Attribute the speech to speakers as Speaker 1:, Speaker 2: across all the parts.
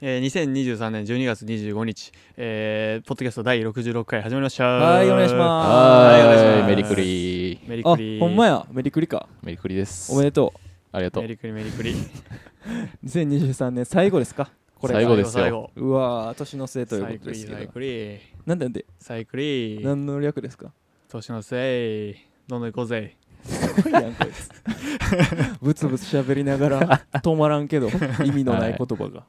Speaker 1: えー、2023年12月25日、えー、ポッドキャスト第66回始まりました
Speaker 2: はいお願いします
Speaker 1: はいお願いし
Speaker 2: は
Speaker 1: ま
Speaker 2: い
Speaker 1: す
Speaker 3: メリクリ
Speaker 1: メリ
Speaker 2: あ
Speaker 1: クリ
Speaker 2: ほんまやメリクリか
Speaker 3: メリクリです
Speaker 2: おめでと
Speaker 3: ありがとう
Speaker 1: メリクリメリクリ
Speaker 2: う2023年最後ですかこれが
Speaker 3: 最後ですよ
Speaker 1: 最後
Speaker 2: うわー年のせいとい
Speaker 1: 最
Speaker 2: う
Speaker 1: 後
Speaker 2: ことですけ
Speaker 1: サイ
Speaker 2: ど
Speaker 1: クリ
Speaker 2: なんでなんで
Speaker 1: サイクリ
Speaker 2: 何の略で すか
Speaker 1: 年のせいどんどん行こうぜ
Speaker 2: すごいやんこいつぶつぶつ喋りなが ら止まらんけど意味のない言葉が、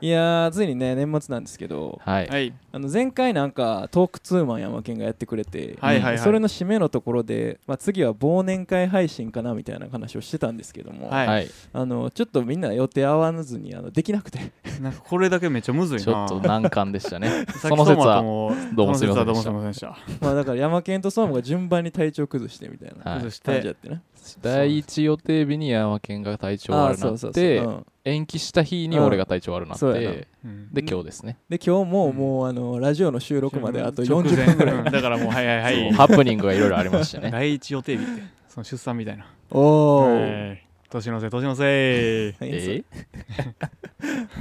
Speaker 2: い、やーついにね年末なんですけど
Speaker 3: はい
Speaker 1: はい
Speaker 2: あの前回なんかトークツーマン山県がやってくれて、
Speaker 1: はいはいはい
Speaker 2: それの締めのところで、まあ、次は忘年会配信かなみたいな話をしてたんですけども、
Speaker 1: はい
Speaker 3: はい
Speaker 2: あのちょっとみんな予定合わずにあのできなくて
Speaker 1: なんかこれだけめっちゃむずいな
Speaker 3: ちょっと難関でしたね
Speaker 1: さっ
Speaker 3: そ
Speaker 1: き
Speaker 3: の
Speaker 1: ト
Speaker 3: 説
Speaker 1: マト
Speaker 3: は
Speaker 1: も
Speaker 3: どうもすいません
Speaker 1: ど
Speaker 3: で
Speaker 1: うも
Speaker 3: し
Speaker 1: すい
Speaker 3: た
Speaker 1: ませんでした
Speaker 2: まあだから山県とソームが順番に体調崩してみたいな
Speaker 3: はい
Speaker 1: そし
Speaker 2: 感じや
Speaker 1: て
Speaker 2: ってね、
Speaker 3: 第一予定日に山県が体調
Speaker 2: ああ
Speaker 3: 悪
Speaker 2: ー
Speaker 3: くな
Speaker 2: そ
Speaker 3: っ
Speaker 2: う
Speaker 3: て
Speaker 2: そうそう、うん
Speaker 3: 延期した日に俺が体調悪くなって、
Speaker 2: うんそうやな
Speaker 1: うん
Speaker 3: で今日ですね、
Speaker 2: で今日ももうあのラジオの収録まであと
Speaker 1: 直前
Speaker 2: 40分ぐらい
Speaker 1: うんだからも うはいはいは
Speaker 3: そ
Speaker 1: いう
Speaker 3: ハプニングがいろいろありまして ね
Speaker 1: 第一予定日ってその出産みたいな
Speaker 2: おお、
Speaker 1: えー年のせい年のせい
Speaker 2: は
Speaker 3: え
Speaker 2: い
Speaker 3: ー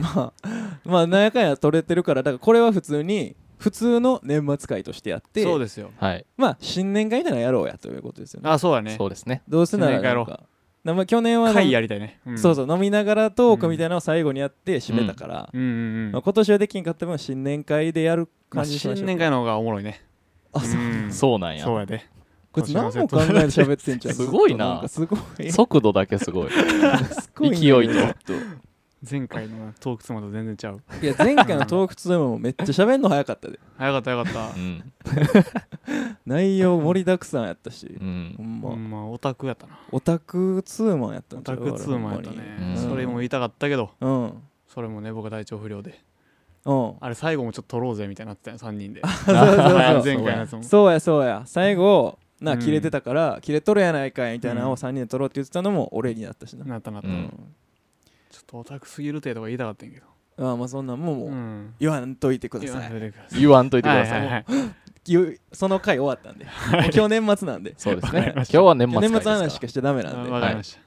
Speaker 2: まあまあ何やかんや取れてるからだからこれは普通に普通の年末会としてやって
Speaker 1: そうですよ
Speaker 3: はい、
Speaker 2: まあ新年会みたいなのやろうやということですよね
Speaker 1: あそうだね
Speaker 3: そうですね
Speaker 2: どうせなら
Speaker 1: 新年会やろ
Speaker 2: な
Speaker 1: うん
Speaker 2: かなまあ去年は飲み
Speaker 1: 会やりたいね
Speaker 2: そう
Speaker 1: う
Speaker 2: そう飲みながらトークみたいなのを最後にやって締めたから、
Speaker 1: んうんうんう
Speaker 2: まあ、
Speaker 1: ん
Speaker 2: 今年はできんかった分新年会でやる
Speaker 1: ま
Speaker 2: 感
Speaker 1: あ
Speaker 2: じにしまし
Speaker 1: 新
Speaker 2: ょう
Speaker 1: 年会の方がおもろいね
Speaker 2: あそう、
Speaker 1: ん
Speaker 3: そうなんや
Speaker 1: そうやで
Speaker 2: こいつ何も考えて喋ってんじゃん
Speaker 3: すごいな
Speaker 2: ずっとんかすごい
Speaker 3: 速度だけすごい
Speaker 2: すごいね
Speaker 3: 勢いと
Speaker 2: ずっと
Speaker 1: 前回のトークツマと全然ちゃう
Speaker 2: いや前回のトークツーマンもめっちゃ喋んの早かったで
Speaker 1: 早かった早かっ
Speaker 3: うん、
Speaker 2: 内容盛りだくさんやったし
Speaker 3: う、
Speaker 2: ほ
Speaker 3: ん、
Speaker 2: ん
Speaker 1: た
Speaker 2: ま、
Speaker 1: ほんまオタクやったな
Speaker 2: オタクツーマンやった
Speaker 1: オ
Speaker 2: んちゃ
Speaker 1: タ
Speaker 2: う
Speaker 1: クツーマンやった
Speaker 2: 俺
Speaker 1: ね
Speaker 3: うん
Speaker 1: それも言いたかったけど
Speaker 2: ほんまに
Speaker 1: それもね僕は体調不良で
Speaker 2: うんうん
Speaker 1: あれ最後もちょっと撮ろうぜみたいになってたよ3人で
Speaker 2: そうそうそう
Speaker 1: 前回のやつも
Speaker 2: そうやそうや最後な
Speaker 1: うん
Speaker 2: 切れてたから切れとるやないかいみたいなのを3人で撮ろうって言ってたのも俺になったしな、
Speaker 1: なったなった
Speaker 3: う
Speaker 1: ちょ
Speaker 3: ん
Speaker 1: っとオタクすぎるてとか言いたかったんやけど
Speaker 2: ああまあそんなんもうもう
Speaker 1: うん
Speaker 2: 言わんといてくだ
Speaker 1: 言わ
Speaker 2: さ
Speaker 1: ないいでください
Speaker 3: 言わんといてください、
Speaker 1: はいはいはい
Speaker 2: 言うその回終わったんでもう今日年末なんで
Speaker 3: そうです
Speaker 1: わか
Speaker 3: ね
Speaker 1: り
Speaker 3: 今
Speaker 1: まし
Speaker 3: 日
Speaker 1: た
Speaker 3: は年末
Speaker 2: 今日年末
Speaker 3: 会ですか
Speaker 2: の話しかしちゃダメなんで
Speaker 1: わかりまし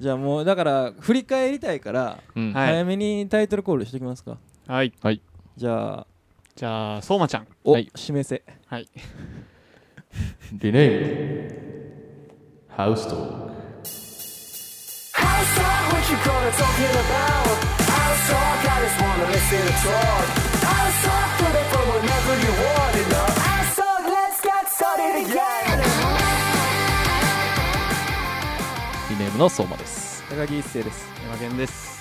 Speaker 2: じゃあもうだから振り返りたいから
Speaker 3: うん
Speaker 1: はい
Speaker 2: 早めにタイトルコールしておきますか
Speaker 1: たはい
Speaker 2: じゃあ
Speaker 1: じゃあ相馬ちゃん
Speaker 2: お
Speaker 3: はい
Speaker 2: 示せ
Speaker 1: はい
Speaker 3: リネームハウストーク
Speaker 4: I saw what you gonna talking about. I saw guys wanna listen to talk. I saw put up for whenever you want it. I saw let's get started again.
Speaker 3: リネームの相馬です
Speaker 2: 高木一生です
Speaker 1: 山健です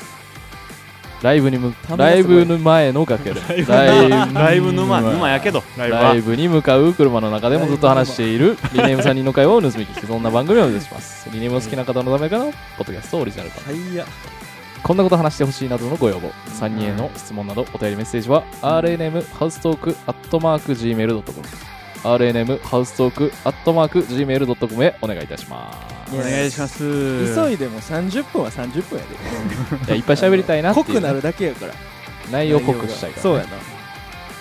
Speaker 3: ライブにむ
Speaker 2: ためがすごい
Speaker 3: ライブの前の楽屋でもライブ
Speaker 1: ライブ沼沼やけどライブ
Speaker 3: ライ
Speaker 1: は
Speaker 3: ブに向かう車の中でもずっと話しているリネーム3人の会話を盗み聞きそんな番組をお届けしますリネームを好きな方のためからのポッドキャストオリジナル版
Speaker 2: はいや
Speaker 3: こんなこと話してほしいなどのご要望3人への質問などお便りメッセージは RNM ハウストークアットマーク Gmail.com RNM ハウストークアットマーク Gmail.com へお願いいたします
Speaker 1: お願いします
Speaker 2: 急いでも30分は30分やで
Speaker 3: いやいっぱい喋りたいなって
Speaker 2: 濃
Speaker 3: いう
Speaker 2: くなるだけやから
Speaker 3: 内容濃くしたいからね
Speaker 2: そうやな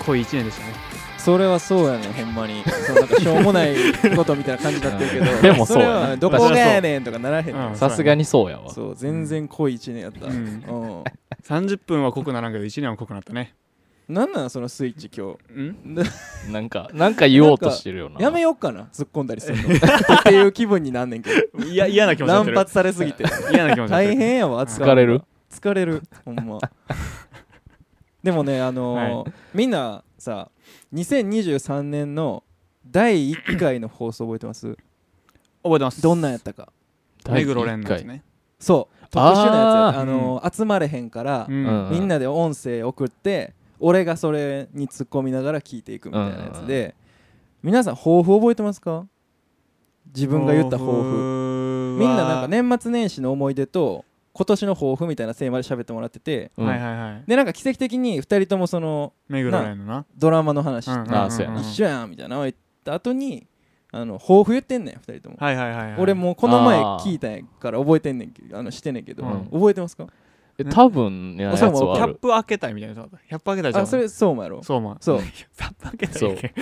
Speaker 1: 濃い1年でしたね
Speaker 2: それはそうやねんほんまにそうなんかしょうもないことみたいな感じになってるけど、
Speaker 3: うんでもそうや
Speaker 2: れ
Speaker 3: な
Speaker 2: はどこがやねんとかならへんねん
Speaker 1: うん
Speaker 3: さすがにそうやわ
Speaker 2: そう全然濃い1年やった、う
Speaker 1: うん30分は濃くならんけど1年は濃くなったね
Speaker 2: なんなんそのスイッチ今
Speaker 1: うん
Speaker 2: 日
Speaker 3: なんかなんか言おうとしてるよな
Speaker 2: やめようかな突っ込んだりするの っていう気分になんねんけ
Speaker 1: いや嫌な気
Speaker 2: ど
Speaker 1: 持ちになってる
Speaker 2: 乱発されすぎて
Speaker 1: 嫌な気持ちになってる
Speaker 2: 大変やわ扱うの
Speaker 3: 疲れる
Speaker 2: 疲れるほんまでもねあのーみんなさ2023年の第1回の放送覚えてます
Speaker 1: 覚えてます
Speaker 2: どんなんやったか
Speaker 1: 目黒蓮なんですね
Speaker 2: そう特殊なやつ
Speaker 3: あ
Speaker 2: や
Speaker 3: ー
Speaker 2: あのー集まれへんから、
Speaker 1: うん
Speaker 3: うん
Speaker 2: みんなで音声送って俺がそれに突っ込みながら聞いていくみたいなやつで、皆さん抱負覚えてますか自分が言った抱
Speaker 1: 負
Speaker 2: 負みんななんか年末年始の思い出と今年の抱負みたいなテーマで喋ってもらってて
Speaker 3: うん
Speaker 1: はいはいはい
Speaker 2: でなんか奇跡的に2人ともその
Speaker 1: 目黒蓮のな
Speaker 2: ドラマの話、
Speaker 1: うんうんうん
Speaker 3: あそうやな
Speaker 2: 一緒やんみたいなのを言った後にあの抱負言ってんねん2人とも、
Speaker 1: はいはいはいはい
Speaker 2: 俺もうこの前
Speaker 3: あー
Speaker 2: 聞いたんやから覚えてんねんけどあのしてんねんけど、
Speaker 3: うん
Speaker 2: 覚えてますか
Speaker 3: え多分ねやつ
Speaker 2: そうもう
Speaker 1: キャ
Speaker 3: はあ
Speaker 1: ッ
Speaker 3: る
Speaker 1: プ開けたいみたいなやつだったキャップ開けたいじゃん
Speaker 2: あそれそうもやろ
Speaker 1: そうま
Speaker 2: そう
Speaker 1: キャップ開けたい
Speaker 3: そう
Speaker 1: け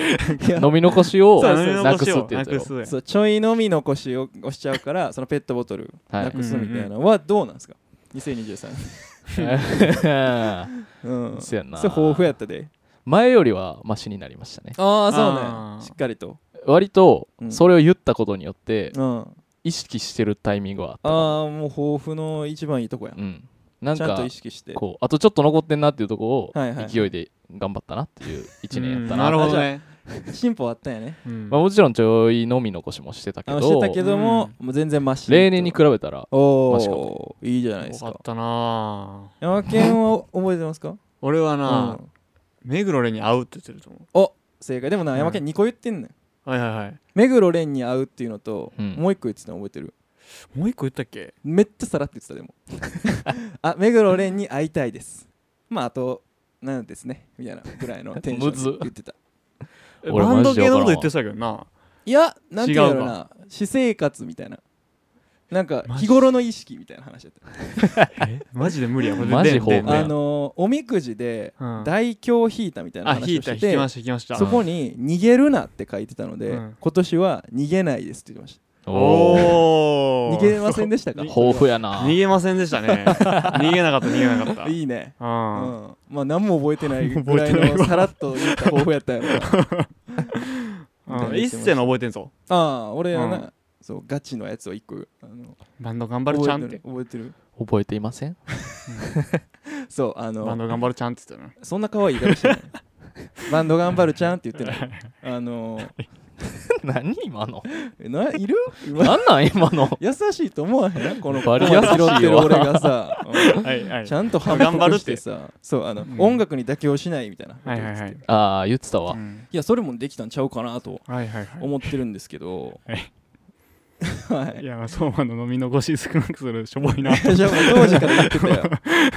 Speaker 2: いや
Speaker 3: 飲み残しを
Speaker 2: そう
Speaker 1: 飲み
Speaker 3: な
Speaker 1: 残
Speaker 3: く
Speaker 1: し
Speaker 3: す
Speaker 1: を
Speaker 3: ってやつや
Speaker 1: な
Speaker 3: ろ
Speaker 1: くすやつ
Speaker 2: そうちょい飲み残し を押しちゃうからそのペットボトル
Speaker 3: はい
Speaker 2: なくすみたいなのはどうなんですか2023うん
Speaker 3: そうやんな
Speaker 2: それ豊富やったで
Speaker 3: 前よりはマシになりましたね
Speaker 2: ああ
Speaker 1: そうね
Speaker 2: そうねしっかりと
Speaker 3: 割と
Speaker 2: うん
Speaker 3: それを言ったことによって
Speaker 2: うんあ
Speaker 3: 意識してるタイミングはあった
Speaker 2: あ
Speaker 3: か
Speaker 2: ーもう豊富の一番いいとこや
Speaker 3: なうんなん
Speaker 2: ちゃんと
Speaker 3: か
Speaker 2: 意識して
Speaker 3: こうあとちょっと残ってんなっていうとこ
Speaker 2: はいはい
Speaker 3: を勢いで頑張ったなっていう一年やった
Speaker 1: うんな
Speaker 3: な
Speaker 1: るほどね、
Speaker 2: 進歩あったんやね
Speaker 1: うん
Speaker 3: まあもちろんちょい飲み残しもしてたけ
Speaker 2: あのして
Speaker 3: ど
Speaker 2: たけどももう全然マシ
Speaker 3: 例年に比べたら
Speaker 2: お
Speaker 3: マシか
Speaker 2: おいいじゃないです
Speaker 1: 多か
Speaker 2: か
Speaker 1: ったなぁ
Speaker 2: 山県は覚えてますか
Speaker 1: 俺は
Speaker 2: う
Speaker 1: な、
Speaker 2: ん
Speaker 1: 目黒蓮に会うって言ってると思
Speaker 2: お正解でもな
Speaker 1: うん
Speaker 2: 山県2個言ってんねん
Speaker 1: うはいはいはい
Speaker 2: 目黒蓮に会うっていうのと
Speaker 3: うん
Speaker 2: もう1個言ってたの覚えてる
Speaker 1: もう一個言ったっけ
Speaker 2: めっちゃさらって言ってたでもあ目黒蓮に会いたいですまああとなんですねみたいなぐらいのテンシ
Speaker 3: むず
Speaker 2: ョンで言ってた
Speaker 1: え
Speaker 3: 俺
Speaker 1: バンド系のこと
Speaker 3: マジで分からんわ
Speaker 1: 言ってたけどない
Speaker 2: やなんていうんやろ
Speaker 1: 違う
Speaker 2: な私生活みたいななんか
Speaker 1: マジ
Speaker 2: 日頃の意識みたいな話だった
Speaker 1: えマジで無理やこれ
Speaker 3: マジ
Speaker 1: でんでん
Speaker 3: ほんま
Speaker 2: あ
Speaker 3: や
Speaker 2: のーおみくじで
Speaker 1: うん
Speaker 2: 大凶引いたみたいな
Speaker 1: あ引
Speaker 2: 話
Speaker 1: い
Speaker 2: を
Speaker 1: た引
Speaker 2: し
Speaker 1: き
Speaker 2: て
Speaker 1: ました引きました
Speaker 2: そこに「逃げるな」って書いてたので、
Speaker 1: うん
Speaker 2: 今年は「逃げないです」って言ってまし
Speaker 3: おお
Speaker 2: た
Speaker 1: おお
Speaker 2: 逃げません でしたか
Speaker 3: 豊富やな
Speaker 1: 逃げませんでした ね逃げなかった逃げなかった
Speaker 2: いいね
Speaker 1: う
Speaker 2: うんん、まあ何も覚えてないぐ
Speaker 1: 覚
Speaker 2: らい
Speaker 1: えてな
Speaker 2: の
Speaker 1: いわ
Speaker 2: さらっと言った抱負やったや ろな
Speaker 1: うん一世の覚えてんぞ
Speaker 2: ああ俺はな、
Speaker 1: うん
Speaker 2: そうガチのやつを一個あの
Speaker 1: バンド頑張るちゃんって
Speaker 2: 覚えてる覚
Speaker 3: 覚えていません
Speaker 2: えてるそうあの
Speaker 1: バンド頑張るちゃんって言ってた
Speaker 2: そんな可愛い言い方してない バンド頑張るちゃんって言ってないあのー
Speaker 3: 何今の
Speaker 2: えないる今
Speaker 3: 何なん今の
Speaker 2: 優しいと思わへんこの
Speaker 3: バリ
Speaker 2: ここまで
Speaker 3: 優しい
Speaker 2: 拾っ
Speaker 3: わ
Speaker 2: てる俺 がさ、うん
Speaker 1: のはいはい
Speaker 2: ちゃんと反
Speaker 1: 頑張る
Speaker 2: 復
Speaker 1: っ
Speaker 2: して
Speaker 1: て
Speaker 2: さそうあの、
Speaker 1: うん
Speaker 2: 音楽に妥協しないみたいなこと
Speaker 1: は
Speaker 2: を
Speaker 1: い
Speaker 2: 言っ
Speaker 1: はい
Speaker 2: てて、
Speaker 1: はい
Speaker 3: ああ言ってたわ
Speaker 1: うん
Speaker 2: いやそれもできたんちゃうかなと
Speaker 1: はいはいは
Speaker 2: 思ってるんですけど
Speaker 1: は
Speaker 2: はいい
Speaker 1: いやそうまの飲み残し少なくするしょぼいな
Speaker 2: じゃあもう当時から言っ てたよ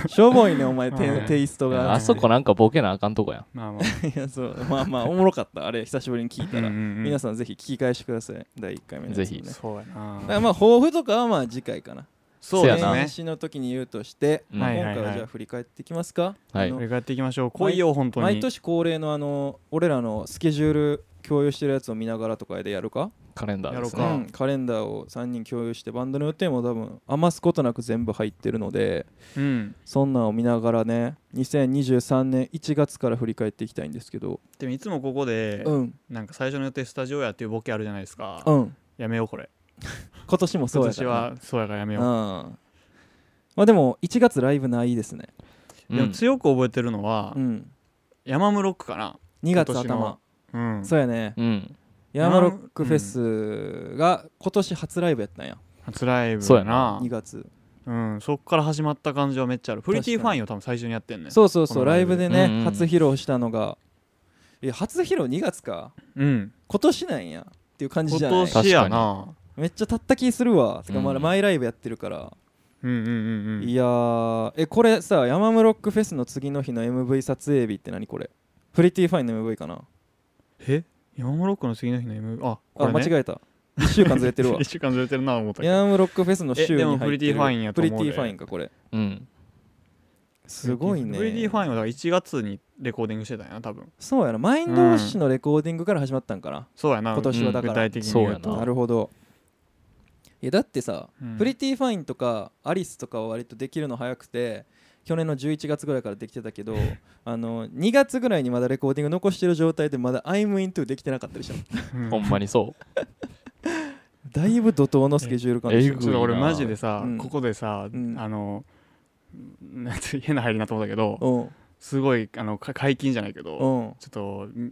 Speaker 2: しょぼいねお前テ,、
Speaker 1: はい
Speaker 2: テイストが
Speaker 3: あそこなんかボケなあかんとこやん
Speaker 1: まあま
Speaker 2: いやそうまあまあおもろかったあれ久しぶりに聞いたら、皆
Speaker 1: あ
Speaker 2: さんぜひ聞き返してください第1回目のやつもね
Speaker 3: ぜひ
Speaker 1: そうや
Speaker 2: だから
Speaker 1: な
Speaker 2: まあ抱負とかはまあ次回かな
Speaker 1: そうや
Speaker 3: せや
Speaker 1: な
Speaker 2: 年始の時に言うとして、
Speaker 3: うん
Speaker 1: はい
Speaker 2: 今回はじゃあ振り返っていきますか、
Speaker 3: は
Speaker 2: あ
Speaker 3: い
Speaker 1: こ
Speaker 2: の
Speaker 1: れからやっていきましょう来いよ本当に
Speaker 2: 毎年恒例のあの俺らのスケジュール共有してるやつを見ながらとかでやるか、
Speaker 3: カレンダーです
Speaker 1: やろ
Speaker 3: ね
Speaker 1: う
Speaker 2: うんカレンダーを3人共有してバンドの予定も多分余すことなく全部入ってるので
Speaker 1: うん
Speaker 2: そんなんを見ながらね2023年1月から振り返っていきたいんですけど
Speaker 1: でもいつもここで
Speaker 2: うん
Speaker 1: なんか最初の予定スタジオやっていうボケあるじゃないですか
Speaker 2: うん
Speaker 1: やめようこれ
Speaker 2: 今年もそう
Speaker 1: 今
Speaker 2: やか
Speaker 1: 年
Speaker 2: ら
Speaker 1: はそうやからやめ
Speaker 2: う
Speaker 1: よ
Speaker 2: ん
Speaker 1: う
Speaker 2: まあでも1月ライブないですね
Speaker 3: うん
Speaker 1: でも強く覚えてるのは、
Speaker 2: うん
Speaker 1: ヤマムロックかな。
Speaker 2: 2月
Speaker 1: 今年
Speaker 2: 頭
Speaker 1: のうん。
Speaker 2: そうやね
Speaker 3: うん
Speaker 2: ヤマロックフェスが今年初ライブやったんや
Speaker 1: 初ライブ
Speaker 3: そうやな
Speaker 2: 2月
Speaker 1: うん。そっから始まった感じはめっちゃある。プリティファインを多分最初にやってんね。
Speaker 2: そうそうそ
Speaker 1: こ
Speaker 2: う
Speaker 1: の
Speaker 2: ラ
Speaker 1: ラ
Speaker 2: イ
Speaker 1: イブ
Speaker 2: ブで
Speaker 3: うんう
Speaker 2: ね
Speaker 3: ん
Speaker 2: 初披露したのがいや初披露2月か
Speaker 1: うん。
Speaker 2: 今年なんやっていう感じ
Speaker 1: 今
Speaker 2: じゃない
Speaker 1: 年やな。
Speaker 2: めっちゃたった気するわてか
Speaker 3: うん
Speaker 2: まだマイライブやってるから
Speaker 1: うんうんうんうん。
Speaker 2: いやーえこれさヤマムロックフェスの次の日の MV 撮影日って何これプリティファインの MV かな
Speaker 1: えヤマムロックの次の日の M。あ、こ
Speaker 2: あ
Speaker 1: れね。
Speaker 2: 間違えた1週間ずれ てるわ
Speaker 1: 一週間ずれてるな思ったけど。
Speaker 2: ヤンムロックフェスの週に
Speaker 1: えでも
Speaker 2: 入ってる
Speaker 1: プリティファインやと思うで
Speaker 2: プリティファインかこれ
Speaker 3: うん
Speaker 2: すごいね
Speaker 1: プリティファインはだから1月にレコーディングしてたんやな、多分。
Speaker 2: そうやなマインドウッシュのレコーディングから始まったんかな、
Speaker 1: そうやな。
Speaker 2: 今年はだか
Speaker 1: 具
Speaker 2: ら、
Speaker 1: 体的に
Speaker 3: そう
Speaker 1: 言
Speaker 3: や
Speaker 1: うと。
Speaker 2: なるほどいやだってさ、
Speaker 1: うん
Speaker 2: プリティファインとかアリスとかは割とできるの早くて去年の11月ぐらいからできてたけ どあの2月ぐらいにまだレコーディング残してる状態でまだ「I'm into」できてなかったでしょ
Speaker 1: うん
Speaker 3: ほんまにそ
Speaker 2: だいぶ怒涛のスケジュール感
Speaker 3: え
Speaker 2: で
Speaker 3: え
Speaker 2: し
Speaker 3: ぐ
Speaker 2: ょ
Speaker 3: い
Speaker 1: ちょっと俺マジでさ
Speaker 2: うん、
Speaker 1: ここでさ、
Speaker 2: うん
Speaker 1: あの、なんて変な入りになと思ったけど、
Speaker 2: うん
Speaker 1: すごいあのか解禁じゃないけど、
Speaker 2: うん
Speaker 1: ちょっとん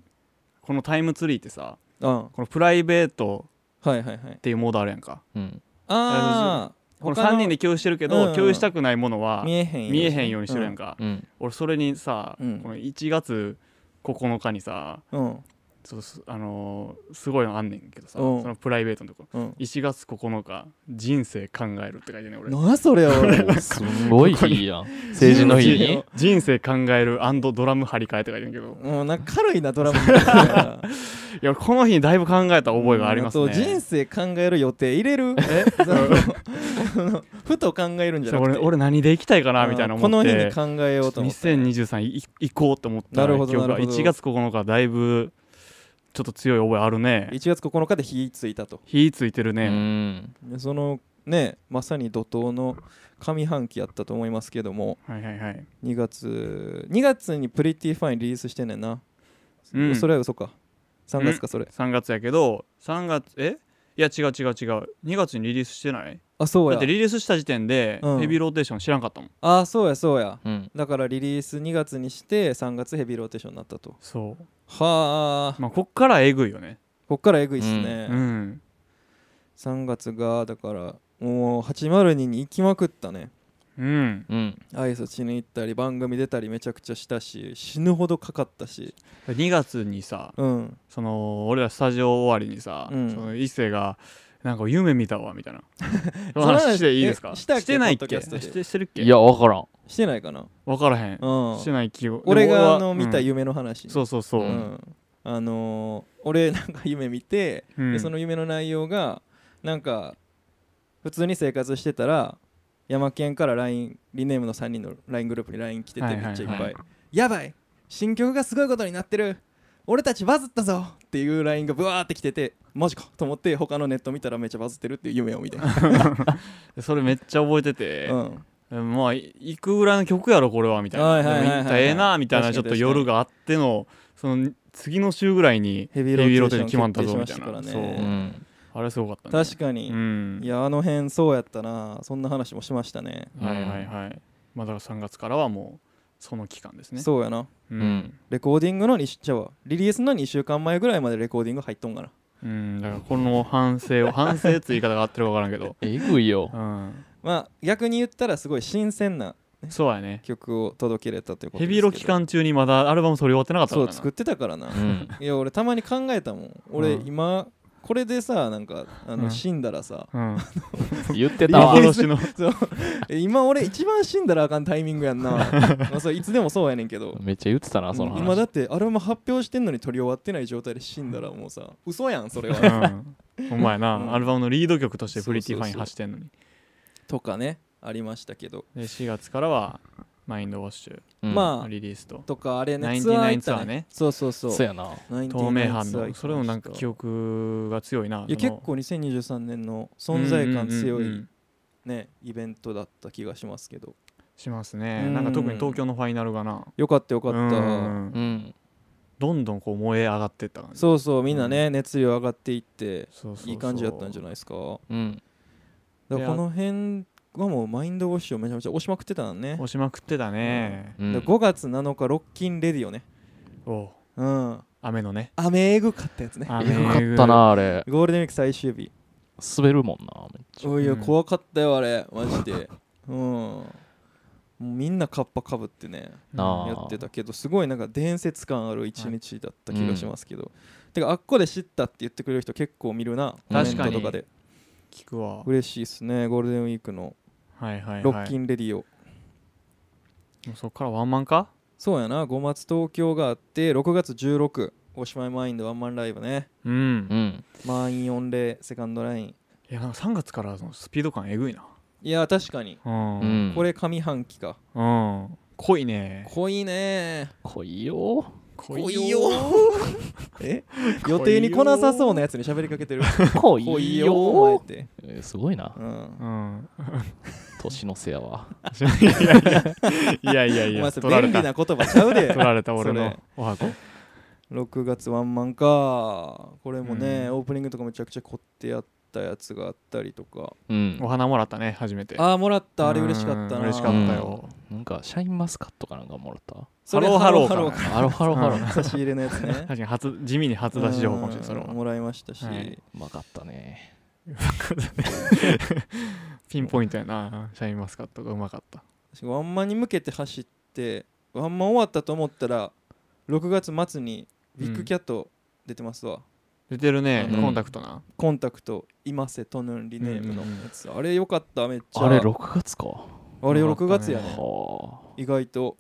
Speaker 1: このタイムツリーってさ
Speaker 2: うん
Speaker 1: このプライベート
Speaker 2: はいはいはい
Speaker 1: っていうモードあるやんか
Speaker 3: ううん
Speaker 2: ああ
Speaker 1: この3人で共有してるけど、
Speaker 2: うん
Speaker 1: 共有したくないものは
Speaker 2: 見えへん
Speaker 1: 見えへんようにしてるやんか、
Speaker 3: うん
Speaker 1: 俺それにさ、
Speaker 2: うん
Speaker 1: この1月9日にさ
Speaker 2: うん
Speaker 1: ちょっとすあのーすごいのあんねんけどさ、
Speaker 2: うん
Speaker 1: そのプライベートのとこ
Speaker 2: うん
Speaker 1: 1月9日人生考えるって書いてんねん俺
Speaker 2: なあそれ俺
Speaker 3: すごい日 やん成人の日に
Speaker 1: 人生考えるドラム張り替えって書いてんねんけど
Speaker 2: もうなんか軽いな ドラマみたいない
Speaker 1: やこの日にだいぶ考えた覚えがありますね、
Speaker 2: うんと人生考える予定入れる そのそのふと考えるんじゃなく
Speaker 1: 俺
Speaker 2: て
Speaker 1: 俺何で行きたいかな
Speaker 2: うん
Speaker 1: みたいな思って
Speaker 2: この日に考えようと思って
Speaker 1: 2023い行こうと思った
Speaker 2: なるほど
Speaker 1: 記憶が
Speaker 2: なるほど
Speaker 1: 1月9日だいぶちょっと強い覚えあるね
Speaker 2: 1月9日で火ついたと
Speaker 1: 火ついてる
Speaker 3: う
Speaker 1: ね
Speaker 3: ん
Speaker 2: でそのねまさに怒涛の上半期やったと思いますけども
Speaker 1: はいはいはい
Speaker 2: 2月2月に「プリティファイン」リリースしてんねんな、
Speaker 1: うん
Speaker 2: それは嘘か3月かそれ、
Speaker 1: 3月やけど3月えいや違う違う違う2月にリリースしてない
Speaker 2: あそう
Speaker 1: だ
Speaker 2: や
Speaker 1: ってリリースした時点で
Speaker 2: うん
Speaker 1: ヘビーローテーション知らんかったもん
Speaker 2: あそうやそうや
Speaker 3: うん
Speaker 2: だからリリース2月にして3月ヘビーローテーションになったと
Speaker 1: そう
Speaker 2: はあ
Speaker 1: まあこっからえぐいよね
Speaker 2: こっからえぐいっすね、
Speaker 1: うん
Speaker 2: 3月がだからもう802に行きまくったね
Speaker 1: うん
Speaker 3: うん
Speaker 2: 挨拶に行ったり番組出たりめちゃくちゃしたし死ぬほどかかったし
Speaker 1: 2月にさ
Speaker 2: うん
Speaker 1: その俺らスタジオ終わりにさ、
Speaker 2: うん
Speaker 1: その伊勢がなんか夢見たわみたいなその
Speaker 2: その話
Speaker 1: 話していいですか
Speaker 2: えしたっけ
Speaker 1: てないっ
Speaker 2: ポッド
Speaker 1: け
Speaker 2: キャストで
Speaker 1: してしてるっけ
Speaker 3: いやわからん
Speaker 2: してないかな
Speaker 1: 分からへん
Speaker 2: う、ん
Speaker 1: してない気を
Speaker 2: 俺
Speaker 1: でも
Speaker 2: が
Speaker 1: は
Speaker 2: あの
Speaker 1: うん
Speaker 2: 見た夢の話ね
Speaker 1: そうそうそう、
Speaker 2: う
Speaker 1: うん
Speaker 2: んあのー俺なんか夢見てでその夢の内容がなんか普通に生活してたら山県から LINE リネームの3人の LINE グループに LINE 来てて
Speaker 1: はいはい
Speaker 2: めっちゃいっぱい,、
Speaker 3: はい
Speaker 2: やばい新曲がすごいことになってる俺たちバズったぞっていう LINE がブワーって来ててマジかと思って他のネット見たらめっちゃバズってるっていう夢を見て、う
Speaker 1: それめっちゃ覚えてて、
Speaker 2: ん、
Speaker 1: まあいくぐらいの曲やろこれはみたいな、
Speaker 2: はいはいはいはいは
Speaker 1: でも行っ
Speaker 2: い
Speaker 1: たらええなみたいな
Speaker 2: 確
Speaker 1: ちょ
Speaker 2: かに
Speaker 1: っと夜があってのその次の週ぐらいに
Speaker 2: ヘビーローテー
Speaker 1: ヘビ
Speaker 2: ション
Speaker 1: ーローテーション決
Speaker 2: 決
Speaker 1: ま
Speaker 2: 定し
Speaker 1: った
Speaker 2: まし
Speaker 1: ぞみたいな、
Speaker 2: たからね
Speaker 3: う
Speaker 1: そうんあれすごかったね
Speaker 2: 確かに、
Speaker 1: うん
Speaker 2: いやあの辺そうやったなそんな話もしましたね、
Speaker 1: はいはいはいまあだから3月からはもうその期間ですね
Speaker 2: そうやな
Speaker 1: う
Speaker 3: うん
Speaker 2: レコーディングの2ちゃうわリリースの2週間前ぐらいまでレコーディング入っとんかな
Speaker 1: うん、だからこの反省を反省っていう言い方が合ってるか分からんけど、
Speaker 3: えぐいよ
Speaker 1: うん、
Speaker 2: まあ逆に言ったらすごい新鮮な
Speaker 1: そうやね
Speaker 2: 曲を届けれたということ
Speaker 1: ヘ
Speaker 2: ですけど
Speaker 1: ビロ期間中にまだアルバム取り終わってなかったか
Speaker 2: そ
Speaker 1: ら
Speaker 2: う
Speaker 1: な
Speaker 2: 作ってたからな
Speaker 3: うん
Speaker 2: いや俺たまに考えたもん俺
Speaker 1: うん
Speaker 2: 今これでさなんかあ
Speaker 1: う
Speaker 2: の
Speaker 1: ん
Speaker 2: 死んだらさ
Speaker 1: うん、
Speaker 3: 言ってたわ
Speaker 1: 幻 の
Speaker 2: そうえ今俺一番死んだらあかんタイミングやん なまあそれいつでもそうやねんけど
Speaker 3: めっちゃ言ってたなその
Speaker 2: 今だ
Speaker 3: 話
Speaker 2: ってアルバム発表してんのに取り終わってない状態で死んだらもうさ嘘やんそれ
Speaker 1: う
Speaker 2: は
Speaker 1: んお前な、
Speaker 2: うん
Speaker 1: アルバムのリード曲として「プ
Speaker 2: そうそう
Speaker 1: リ
Speaker 2: そ
Speaker 1: テ
Speaker 2: う
Speaker 1: ィファイン」走ってんのに
Speaker 2: とかねありましたけど
Speaker 1: で4月からは「マインドウォッシュ
Speaker 3: うん
Speaker 2: ま」あ
Speaker 1: リリースと
Speaker 2: とかあれね
Speaker 1: 99
Speaker 2: ツアー行っ
Speaker 1: ツア
Speaker 2: た
Speaker 1: ー
Speaker 2: ね
Speaker 1: ね
Speaker 2: そうそうそう
Speaker 3: そうやな
Speaker 1: 透明版
Speaker 2: 99
Speaker 1: のそれもなんか記憶が強いない
Speaker 2: や結構2023年の存在感強いねイベントだった気がしますけど
Speaker 1: しますね、
Speaker 2: うん
Speaker 1: なんか特に東京のファイナルがな
Speaker 2: よかったよかった、
Speaker 1: うん
Speaker 3: うん
Speaker 1: どんどんこう燃え上がってった感じ
Speaker 2: そうそうみんなね、熱量上がっていって
Speaker 1: そうそうそう
Speaker 2: いい感じだったんじゃないですか
Speaker 3: うん
Speaker 2: だから
Speaker 1: で
Speaker 2: この辺はもうマインドウォッシュをめちゃめちゃ押しまくってたんね、
Speaker 1: 押しまくってたね、
Speaker 3: う
Speaker 2: だ
Speaker 3: ん
Speaker 2: から5月7日ロッキンレディオね
Speaker 1: おう
Speaker 2: うん
Speaker 1: 雨のね
Speaker 2: 雨えぐかったやつね
Speaker 1: 雨
Speaker 3: えぐかったなあれ
Speaker 2: ゴールデンウィーク最終日
Speaker 3: 滑るもんなめっちゃ
Speaker 2: おいや
Speaker 1: うん
Speaker 2: 怖かったよあれマジで うんもうみんなカッパかぶってね
Speaker 3: なあ
Speaker 2: やってたけどすごいなんか伝説感ある一日だった気がしますけど、てかあっこで知ったって言ってくれる人結構見るなコメ
Speaker 1: 確
Speaker 2: ン
Speaker 1: か
Speaker 2: ト
Speaker 1: に
Speaker 2: とかで
Speaker 1: 聞くわ
Speaker 2: 嬉しいですねゴールデンウィークの
Speaker 1: はいはい、はい、
Speaker 2: ロッキンレディオ、
Speaker 1: もうそっからワンマンか
Speaker 2: そうやな5月東京があって6月16おしまいマインドワンマンライブね
Speaker 1: うん、
Speaker 3: うん
Speaker 2: 満員御礼セカンドライン
Speaker 1: いやなんか3月からそのスピード感えぐいない
Speaker 2: や確かに
Speaker 1: うん、
Speaker 3: うん
Speaker 2: これ上半期か、
Speaker 1: うん、濃いね
Speaker 2: 濃いね
Speaker 3: 濃いよ
Speaker 2: 濃いよ え予定に来なさそうなやつに喋りかけてる
Speaker 3: 濃
Speaker 2: 濃い
Speaker 3: い
Speaker 2: よ
Speaker 3: よ
Speaker 2: お前って、
Speaker 3: えーすごいな
Speaker 2: うん
Speaker 1: う、ん
Speaker 3: 年のせやわ
Speaker 1: いやいやい
Speaker 2: お前
Speaker 1: や
Speaker 2: さ
Speaker 1: 取られ
Speaker 2: 便利
Speaker 1: た
Speaker 2: な言葉ちゃうで
Speaker 1: 取られた俺
Speaker 2: そ
Speaker 1: の
Speaker 2: れ
Speaker 1: お箱
Speaker 2: 6月ワンマンかこれもね、
Speaker 1: うん
Speaker 2: オープニングとかめちゃくちゃ凝ってやったやつがあったりとか
Speaker 3: うん
Speaker 1: お花もらったね初めて
Speaker 2: ああもらったあれ嬉しかったな
Speaker 1: うん嬉しかったよ、
Speaker 3: なんかシャインマスカットかなんかもらった
Speaker 2: それ
Speaker 1: ハローハロー
Speaker 2: ハロー
Speaker 1: か
Speaker 2: ハ
Speaker 3: アロハロハロ
Speaker 2: ロー差し入れのやつね
Speaker 1: 確かに初地味に 初出し情報かもしれないそれ
Speaker 2: うん
Speaker 1: は
Speaker 2: もらいましたし、
Speaker 1: は
Speaker 2: はい
Speaker 1: い、
Speaker 3: うまかったね
Speaker 1: ピンポイントやなシャインマスカットがうまかった
Speaker 2: ワンマンに向けて走ってワンマン終わったと思ったら6月末にビッグキャット出てますわ、
Speaker 1: 出てるね、
Speaker 3: うん
Speaker 1: コンタクトな
Speaker 2: コンタクト今瀬トヌンリネームのやつ、あれよかっためっちゃ
Speaker 3: あれ6月かは
Speaker 2: あれ6月やね
Speaker 3: あ
Speaker 2: 意外と